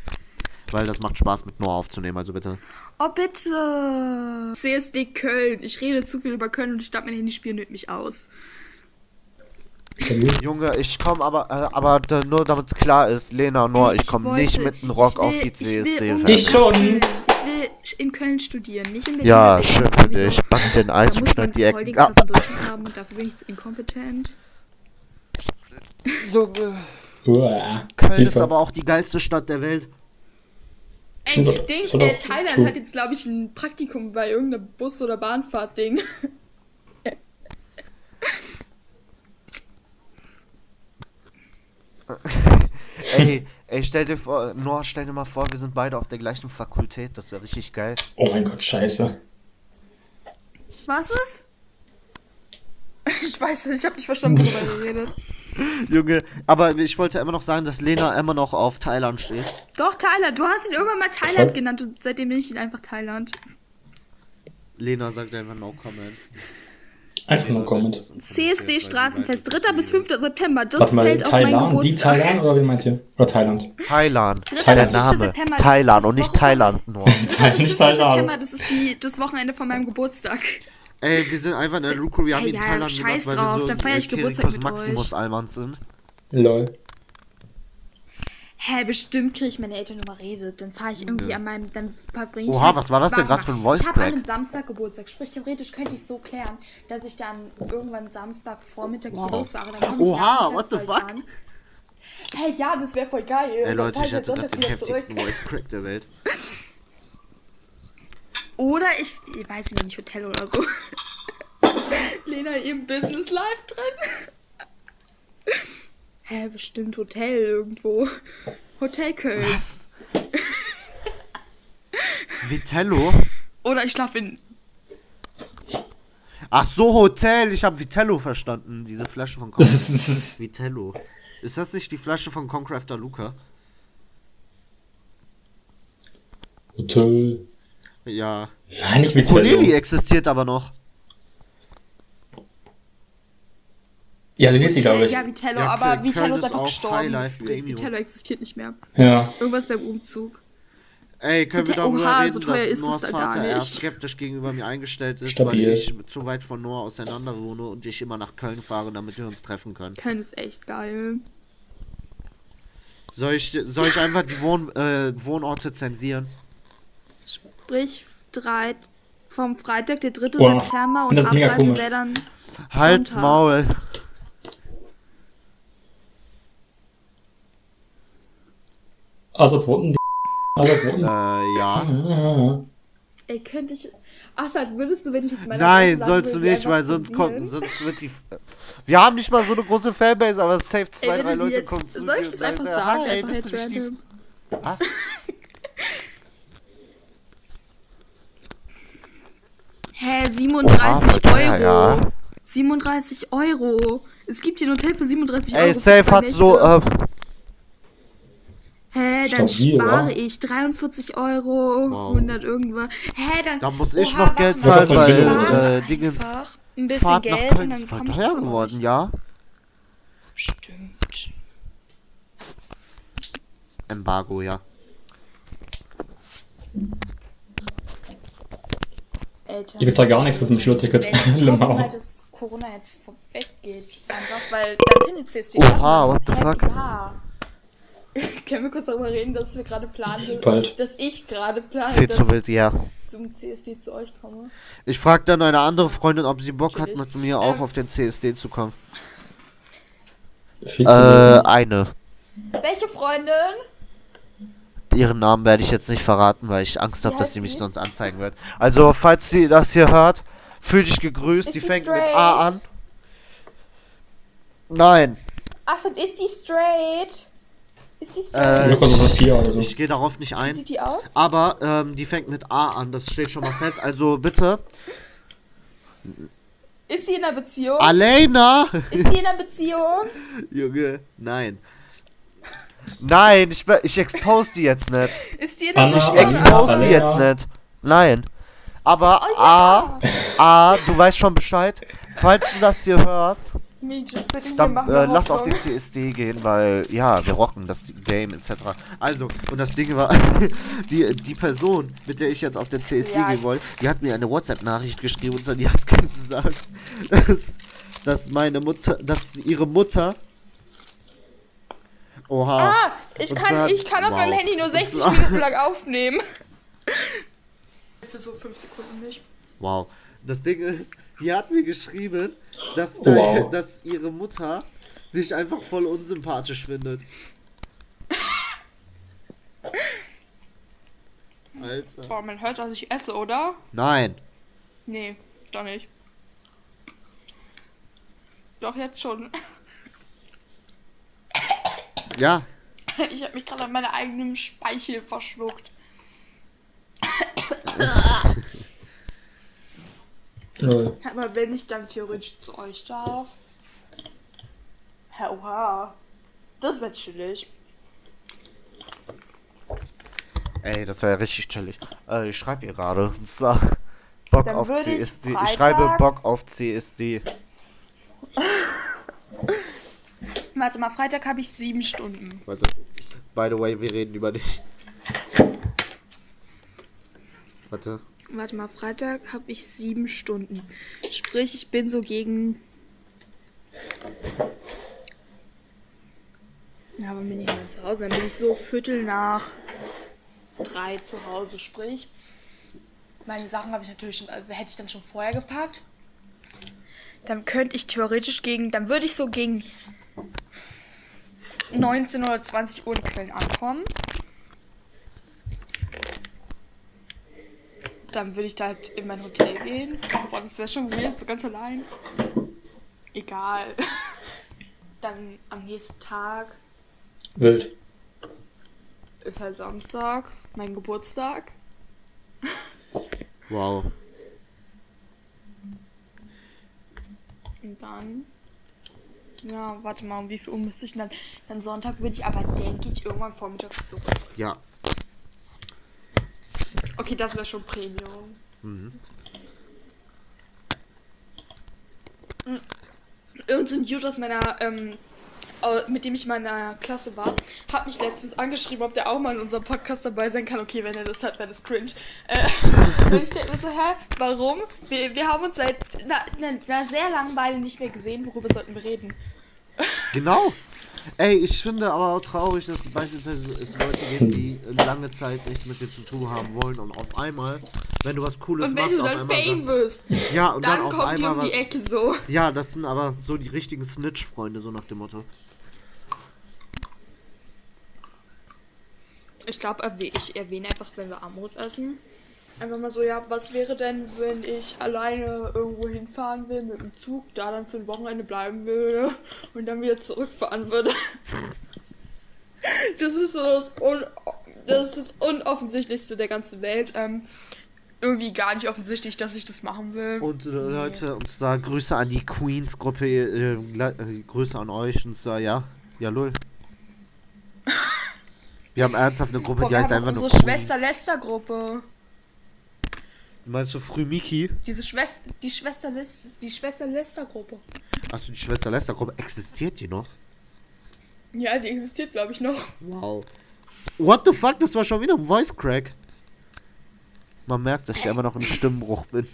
Weil das macht Spaß, mit Noah aufzunehmen, also bitte. Oh, bitte. CSD Köln. Ich rede zu viel über Köln und ich glaube, mein Handy spielt mich aus. Junge, ich komme aber, äh, aber da, nur damit es klar ist, Lena und Noah, ich komme Ähm, wollte- nicht mit einem Rock ich auf will- die ich will CSD. unbedingt- rein. Ich schon. Ich will in Köln studieren, nicht in Berlin. ja, Ich schön weiß für sowieso. dich. Back den Da Eis und muss man schneid die voll den Ecken. Ah, krassen Durchschnitt haben und dafür bin ich zu inkompetent. Junge. Uah. Köln ist Hilfe. aber auch die geilste Stadt der Welt. Ey, Sind doch- Dings, sind äh, doch Thailand zu. hat jetzt, glaube ich, ein Praktikum bei irgendeinem Bus- oder Bahnfahrt-Ding. Ey, ey, stell dir vor, Noah, stell dir mal vor, wir sind beide auf der gleichen Fakultät. Das wäre richtig geil. Oh mein Gott, scheiße. Was ist? Ich weiß es, ich habe nicht verstanden, worüber ihr redet. Junge, aber ich wollte immer noch sagen, dass Lena immer noch auf Thailand steht. Doch, Thailand. Du hast ihn irgendwann mal Thailand genannt und seitdem nenne ich ihn einfach Thailand. Lena sagt einfach no comment. Einfach nur Comment. CSD Straßenfest, 3. bis 5. September. Das Warte mal, fällt auf meinen Thailand? Die Geburtstag. Thailand oder wen meint ihr? Oder Thailand? Thailand. Thailand. Der Name. September, Ne, das Thailand ist das und nicht Wochenende. Thailand nur. Thailand, Halt nicht September, Thailand. das ist die, das Wochenende von meinem Geburtstag. Ey, wir sind einfach in der Luko, wir haben Ey, in ja, Thailand scheiß gemacht, weil drauf, wir so dann feier ich äh, Geburtstag Kirikus mit Maximus euch. Oh Almans sind. Lol. Hä, bestimmt kriege ich meine Eltern nochmal redet. Dann fahre ich irgendwie an meinem. Dann verbringe ich. Oha, was war das denn Warte gerade mal, für ein Voice Ich habe an Crack? einem Samstag Geburtstag. Sprich, theoretisch könnte ich so klären, dass ich dann irgendwann Samstagvormittag hier losfahre. Dann komme ich Oha, abends what the bei euch fuck? an. Hey, ja, das wäre voll geil. Ey Dann Leute, fahr ich hätte am gerade Sonntag den wieder zurück. heftigsten Voice Crack der Welt. Oder ich, ich weiß nicht, Hotel oder so. Lena in ihrem Business Life drin. Hä, bestimmt Hotel irgendwo. Hotel Köln. Vitello? Oder ich schlafe in. Ach so, Hotel. Ich habe Vitello verstanden. Diese Flasche von Das Concrafter. ist- das ist- Vitello. Ist das nicht die Flasche von Concrafter Luca? Hotel. Ja. Nein, nicht Corneli Vitello. existiert aber noch. Ja, so hieß sie, glaube ich. Äh, Ja, Vitello, Ja, aber Köln Vitello ist ist einfach auch gestorben. Highlife Premium. Vitello existiert nicht mehr. Ja. Irgendwas beim Umzug. Ey, können wir Hotel- darüber Oha, reden, so teuer dass ist es Noahs da gar Vater eher nicht. skeptisch gegenüber mir eingestellt ist, Stabil. weil ich zu weit von Noah auseinander wohne und ich immer nach Köln fahre, damit wir uns treffen können. Köln ist echt geil. Soll ich, soll ich einfach die Wohn, äh, Wohnorte zensieren? Sprich, drei, vom Freitag, der 3. Boah, September und das ist mega Abreise komisch. wäre dann. Halt's Sonntag. Maul. Also wurden die. Also wurden Äh, ja. Ey, könnte ich. Assad, würdest du, wenn ich jetzt meine Nein, Adresse sagen sollst du würde, die nicht, einfach weil sonst zensieren? kommt, sonst wird die. Wir haben nicht mal so eine große Fanbase, aber safe Ey, zwei, wenn drei du die Leute jetzt, kommen zu Soll mir ich und das einfach äh, sagen? hi, einfach bist jetzt du nicht die- random. Was? Hä, Oha, 37 voll teuer, Euro. Ah, ja. 37 Euro. Es gibt hier ein Hotel für 37 Euro. Ey, für Safe zwei hat so, Nächte. äh, Hä, dann Stabil, spare wa? ich 43 Euro, Wow. 100 irgendwas. Hä, dann. Da muss ich Oha, noch Geld warte mal, zahlen, Wird doch weil, verbilligt, spare äh, Dingens einfach Ein bisschen Fahrt nach Geld Köln und dann ist voll komme ich teuer zu geworden, euch. ja? Stimmt. Embargo, ja. Eltern. Ich bezahle gar nichts mit dem Schulticket. Ich hoffe Genau. mal, dass Corona jetzt weggeht. Einfach, weil dann findet es die Oha, Stadt noch. what Oh, the Hä, fuck? Ja. Können wir kurz darüber reden, dass wir gerade planen, Bald. dass ich gerade plane, Viel dass zu wild, ja. ich zum CSD zu euch komme? Ich frag dann eine andere Freundin, ob sie Bock hat, Natürlich. mit mir auch Ähm, auf den CSD zu kommen. Viel Äh, zu ne? eine. Welche Freundin? Ihren Namen werde ich jetzt nicht verraten, weil ich Angst habe, Wie dass heißt sie mich die? sonst anzeigen wird. Also, falls sie das hier hört, fühl dich gegrüßt. Ist Sie sie fängt mit straight? A an. Nein. Assad, ist die straight? Ist die straight? Äh, Lukas ist Sophia oder so. ich gehe darauf nicht Wie ein. sieht die aus? Aber ähm, die fängt mit A an, das steht schon mal fest. Also bitte. Ist sie in einer Beziehung? Alena! Ist die in einer Beziehung? Junge, nein. Nein, ich, be- ich expose die jetzt nicht. Ist dir Anna, denn Ich Anna, expose die Anna. jetzt nicht. Nein. Aber A, A, du weißt schon Bescheid. Falls du das hier hörst, Mädchen, bitte, wir dann machen äh, lass auf Hoffnung. den CSD gehen, weil ja, wir rocken das Game etc. Also, und das Ding war, die, die Person, mit der ich jetzt auf den CSD Ja. gehen wollte, die hat mir eine WhatsApp-Nachricht geschrieben und so, die hat gesagt, dass, dass meine Mutter, dass ihre Mutter. Oha. Ah, ich Und kann, sagt, ich kann auf wow. meinem Handy nur Und 60 sagt- Minuten lang aufnehmen. Für so fünf Sekunden nicht. Wow. Das Ding ist, die hat mir geschrieben, dass, dein- Wow. dass ihre Mutter dich einfach voll unsympathisch findet. Alter. Boah, man hört, dass ich esse, oder? Nein. Nee, doch nicht. Doch, jetzt schon. Ja. Ich habe mich gerade an meiner eigenen Speichel verschluckt. Lol. Aber wenn ich dann theoretisch zu euch darf. Hä, Oha. Das wird chillig. Ey, das war ja richtig chillig. Äh, ich schreibe ihr gerade. Und zwar Bock Dann auf würde ich CSD. Ich Freitag- schreibe Bock auf CSD. Warte mal, Freitag habe ich sieben Stunden. Warte. By the way, wir reden über dich. Warte. Warte mal, Freitag habe ich sieben Stunden. Sprich, ich bin so gegen. Ja, aber bin ich mal zu Hause. Dann bin ich so Viertel nach drei zu Hause. Sprich, meine Sachen habe ich natürlich schon, äh, hätte ich dann schon vorher gepackt. Dann könnte ich theoretisch gegen, dann würde ich so gegen 19 oder 20 Uhr in Köln ankommen. Dann würde ich da halt in mein Hotel gehen. Boah, das wäre schon weird, so ganz allein. Egal. Dann am nächsten Tag Wild. ist halt Samstag, mein Geburtstag. Wow. Und dann. Ja, warte mal, um wie viel Uhr müsste ich denn dann? Dann Sonntag würde ich aber, denke ich, irgendwann vormittags zurück. Ja. Okay, das wäre schon Premium. Mhm. Irgend so ein Dude aus meiner, ähm, au- mit dem ich in meiner Klasse war, hat mich letztens angeschrieben, ob der auch mal in unserem Podcast dabei sein kann. Okay, wenn er das hört, wäre das cringe. Äh, und ich denke mir so, hä, warum? Wir, wir haben uns seit einer na, na sehr langen Weile nicht mehr gesehen. Worüber sollten wir reden? Genau. Ey, ich finde aber auch traurig, dass es beispielsweise es Leute gibt, die lange Zeit nichts mit dir zu tun haben wollen und auf einmal, wenn du was Cooles Und wenn machst, du auf dann einmal Fame wirst, sagen- ja und dann, dann auf kommen die einmal um die was, Ecke so. ja, das sind aber so die richtigen Snitch-Freunde so nach dem Motto. Ich glaube, erwäh ich erwähne einfach, wenn wir Armut essen. Einfach mal so, ja, was wäre denn, wenn ich alleine irgendwo hinfahren will mit dem Zug, da dann für ein Wochenende bleiben würde und dann wieder zurückfahren würde? Das ist so das, un das, ist das Unoffensichtlichste der ganzen Welt. Ähm, irgendwie gar nicht offensichtlich, dass ich das machen will. Und äh, Leute, und zwar Grüße an die Queens-Gruppe, äh, le- äh, Grüße an euch und zwar ja, ja lol. Wir haben ernsthaft eine Gruppe, Boah, die wir heißt haben einfach nur unsere Queens. Schwester-Lester-Gruppe. Meinst du Frühmiki? Diese Schwester, die Schwester-Lester-Gruppe. Die Schwester Ach, die Schwester Lester-Gruppe existiert die noch? ja, die existiert, glaube ich, noch. Wow. What the fuck, das war schon wieder ein Voice Crack. Man merkt, dass ich immer noch im Stimmbruch bin.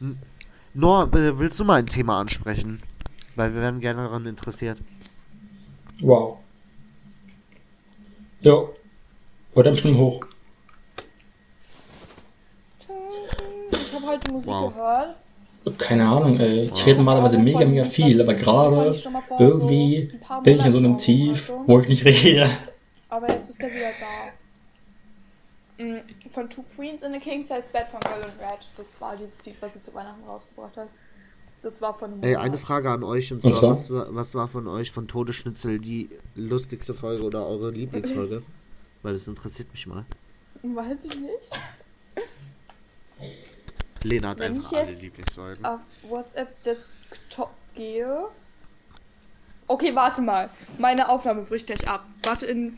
N- Noah, äh, willst du mal ein Thema ansprechen? Weil wir werden gerne daran interessiert. Wow. Jo. Oder im Schlimm hoch. Ich habe heute Musik Wow. gehört. Also Keine Ahnung, ey. Ich rede normalerweise mega, mega viel, aber gerade irgendwie bin ich in so einem Tief, wo ich nicht rede. Aber jetzt ist er wieder da. Mm, Von Two Queens in a King Size Bed von Girl and Red. Das war dieses Lied, was sie zu Weihnachten rausgebracht hat. Das war von. Ey, eine Frage an euch. Und zwar, Und zwar? Was, war, was war von euch von Todesschnitzel die lustigste Folge oder eure Lieblingsfolge? Weil das interessiert mich mal. Weiß ich nicht. Lena hat Wenn einfach ich Oh. alle jetzt- Lieblingsfolgen. Auf WhatsApp Desktop gehe Okay, warte mal. Meine Aufnahme bricht gleich ab. Warte in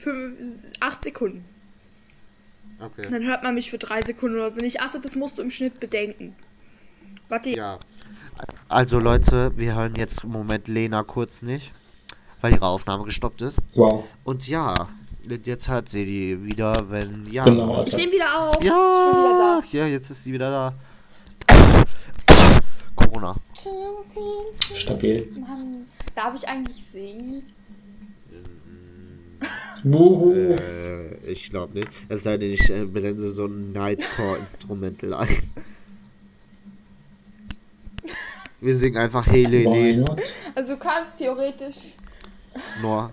8 Sekunden. Okay. Dann hört man mich für 3 Sekunden oder so nicht. Achso, das musst du im Schnitt bedenken. Warte, Ja. Also Leute, wir hören jetzt im Moment Lena kurz nicht, weil ihre Aufnahme gestoppt ist. Wow. Und ja, jetzt hört sie die wieder, wenn ja. Genau, ich also. nehme wieder auf. Ich bin wieder da. Ja, ja, jetzt ist sie wieder da. Corona. Stabil. Mann, darf ich eigentlich singen? Wuhu. Äh, ich glaube nicht. Es sei denn, ich äh, blende so ein Nightcore-Instrumental ein. Wir singen einfach Hey Why Lene, not? Also du kannst theoretisch Noah.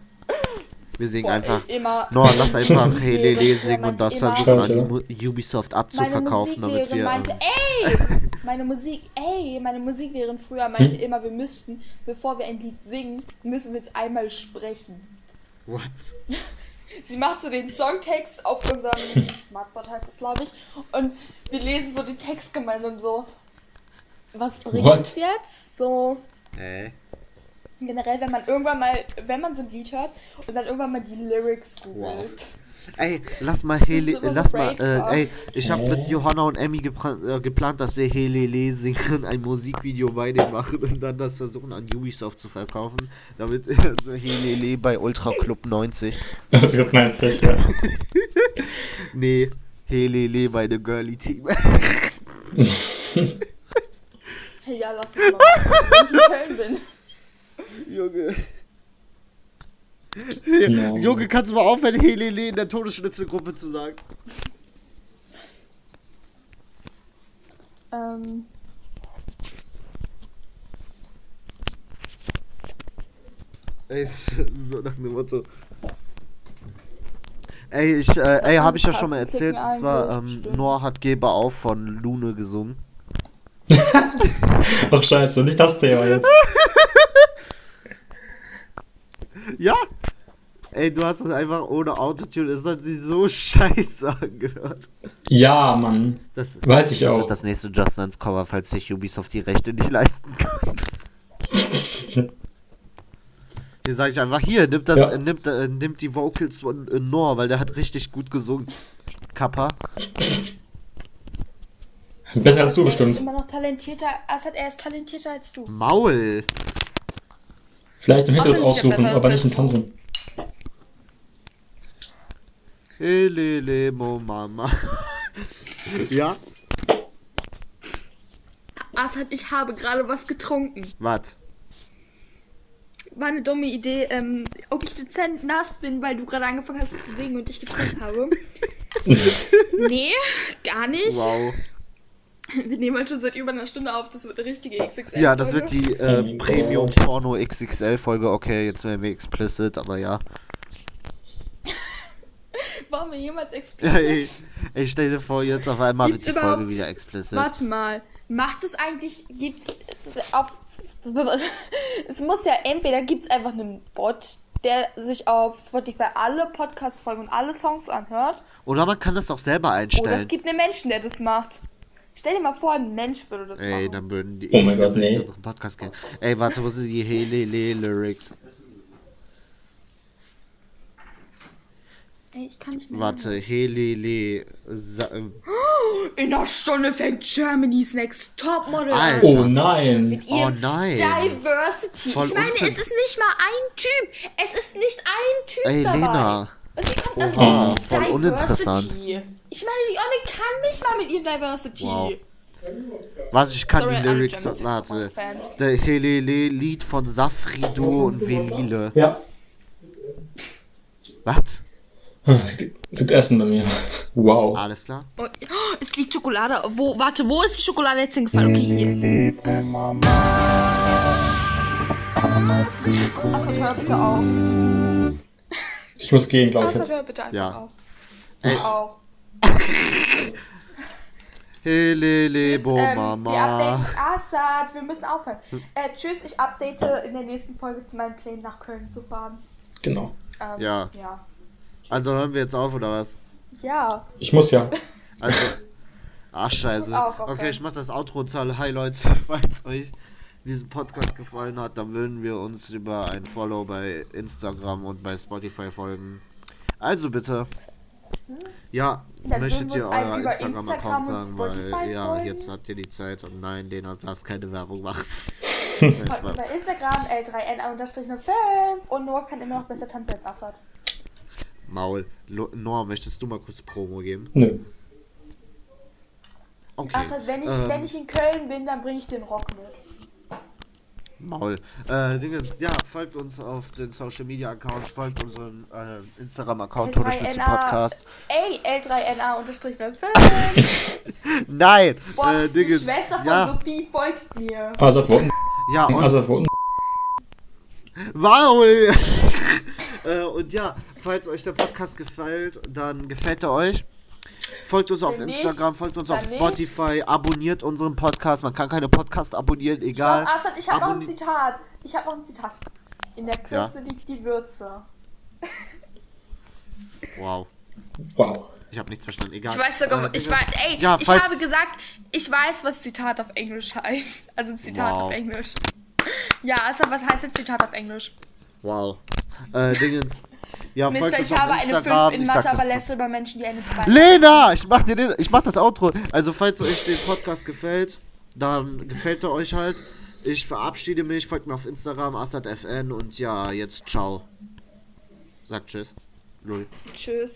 Wir singen Boah, einfach. ey, immer. Noah, lass einfach Hey Nee, das Lele ist ja singen und das manchmal- versuchen an Scheiße. die Mu- Ubisoft Meine abzuverkaufen, damit Musiklehrerin wir. meinte, ähm, ey, meine Musik, ey, meine Musiklehrerin früher meinte Hm? immer, wir müssten, bevor wir ein Lied singen, müssen wir jetzt einmal sprechen. What? Sie macht so den Songtext auf unserem Smartboard heißt das, glaube ich, und wir lesen so den Text gemeinsam so. Was bringt What? es jetzt? So Äh, generell, wenn man irgendwann mal, wenn man so ein Lied hört und dann irgendwann mal die Lyrics googelt. Ey, lass mal Hele, Das ist immer so lass mal, brave, äh, ey, ich habe mit Äh. Johanna und Emmy gepra- äh, geplant, dass wir Helele singen, ein Musikvideo bei denen machen und dann das versuchen an Ubisoft zu verkaufen, damit äh, so Helele bei Ultra Club 90. Das wird 90, ja. Nee, Helele bei The Girly Team. Hey, ja, lass es mal. Wenn ich in Köln bin. Junge. Genau. Junge, kannst du mal aufhören, Helele in der Todesschnitzelgruppe zu sagen? Ähm. Ey, ist so nach dem Motto. Ey, ich, äh, ey, habe ich ja schon mal erzählt, und zwar, ähm, Noah hat Geber auf von Lune gesungen. Ach scheiße, nicht das Thema jetzt. Ja! Ey, du hast das einfach ohne Autotune, es hat sie so scheiße angehört. Ja, Mann. Das, Weiß ich das auch. wird das nächste Just Dance Cover, falls sich Ubisoft die Rechte nicht leisten kann. Hier sage ich einfach, hier, nimmt, das, Ja. äh, nimmt, äh, nimmt die Vocals von äh, Noah, weil der hat richtig gut gesungen. Kappa. Besser als du Er ist bestimmt. immer noch talentierter. Assad, er ist talentierter als du. Maul! Vielleicht im Hintergrund Außerdem ist der aussuchen, besser aber als nicht im du. Tanzen. Elele, mo Mama. ja? Assad, ich habe gerade was getrunken. Was? War eine dumme Idee, ähm, ob ich dezent nass bin, weil du gerade angefangen hast zu singen und ich getrunken habe. nee, gar nicht. Wow. Wir nehmen halt schon seit über einer Stunde auf. Das wird eine richtige XXL. Ja, das wird Folge. die Oh äh, mein Premium Gott. Porno XXL Folge. Okay, jetzt werden wir explicit, aber ja. Waren wir jemals explizit? Ey, ich stell dir vor, jetzt auf einmal wird Gibt's die überhaupt- Folge wieder explicit. Warte mal, macht es eigentlich, gibt's auf. Es muss ja entweder gibt's einfach einen Bot, der sich auf Spotify alle Podcast-Folgen und alle Songs anhört, Oder man kann das auch selber oder es einstellen. gibt einen Menschen, der das macht. Stell dir mal vor, ein Mensch würde das Ey, machen. dann würden die Oh mein Gott, dann würden die nee. unseren Podcast kennen. Ey, warte, wo sind die Helele Lyrics? Ey, ich kann nicht mehr. Warte, Helele. Sa- äh, In einer Stunde fängt Germany's Next Topmodel an. Alter. Oh nein. Ihr Oh nein. Diversity. Voll ich meine, unten. es ist nicht mal ein Typ. Es ist nicht ein Typ Ey, dabei. Lena. Und sie kommt an Oha, Hm. mit voll uninteressant. Ich meine, die Olle kann nicht mal mit ihrem Diversity. Wow. Was, ich kann Sorry, die alle Lyrics. Germans Warte. sind Fans. Der Helele-Lied von Safrido und Velile. Ja. Was? Es gibt Essen bei mir. Wow. Alles klar? Und, oh, es liegt Schokolade. Wo, warte, wo ist die Schokolade jetzt Äh, hingefallen? Okay, hier. Assad, hör bitte auf. Ich muss gehen, glaube ich Assad, jetzt. hör bitte einfach Ja. auf. Ey. Hör auf. Helele, bo ähm, Wir Mama. Hm. updaten Assad, wir müssen aufhören. Äh, tschüss, ich update in der nächsten Folge zu meinen Plänen nach Köln zu fahren. Genau. Ähm, Ja. Ja. Also hören wir jetzt auf, oder was? Ja. Ich muss ja. Also. Ach, scheiße. auch, okay. Okay, ich mach das Outro und zahle. Hi, Leute. Falls euch diesen Podcast gefallen hat, dann würden wir uns über ein Follow bei Instagram und bei Spotify folgen. Also bitte. Ja, Hm? Dann möchtet würden wir ihr uns einen euer über Instagram-Account Instagram und sagen, weil Spotify ja, folgen? jetzt habt ihr die Zeit und nein, den darfst keine Werbung machen. Nein, Folgt mir Spaß. bei Instagram L3N-05 und Noah kann immer noch besser tanzen als Assad. Maul. Lo Noah, möchtest du mal kurz Promo geben? Nö. Okay. Assad, wenn ich, ähm, wenn ich in Köln bin, dann bringe ich den Rock mit. Maul. Äh, Dingens, ja, folgt uns auf den Social Media Account, folgt unseren äh, Instagram-Account, Todesschütze L3NA. Podcast. Ey, L3NA-05. Nein! Boah, äh, die Dingens, Schwester von ja, Sophie folgt mir. Asad Worten. ja, und Asad Worten. Maul! äh, und ja, falls euch der Podcast gefällt, dann gefällt er euch. Folgt uns auf Wenn nicht, Instagram, folgt uns auf dann Spotify, abonniert unseren Podcast. Man kann keine Podcast abonnieren, egal. Komm, Assad, ich habe noch ein Abonnier- Zitat. Ich habe noch ein Zitat. In der Kürze liegt die Würze. Wow, Wow. ich habe nichts verstanden. Egal. Ich weiß sogar, Äh, ich Dingens, weiß, ey, Ja, ich falls- habe gesagt, ich weiß, was Zitat auf Englisch heißt. Also Zitat Wow. auf Englisch. Ja, also was heißt jetzt Zitat auf Englisch? Wow. Äh, Dingens. Ja, folgt Mister, uns ich auf habe eine Instagram. 5 in Ich sag Mathe, das aber lässt über Menschen, die eine 2 Lena, ich mach, dir den, ich mach das Outro. Also, falls euch der Podcast gefällt, dann gefällt er euch halt. Ich verabschiede mich, folgt mir auf Instagram, AssadFN und ja, jetzt ciao. Sagt Tschüss. Null. Tschüss.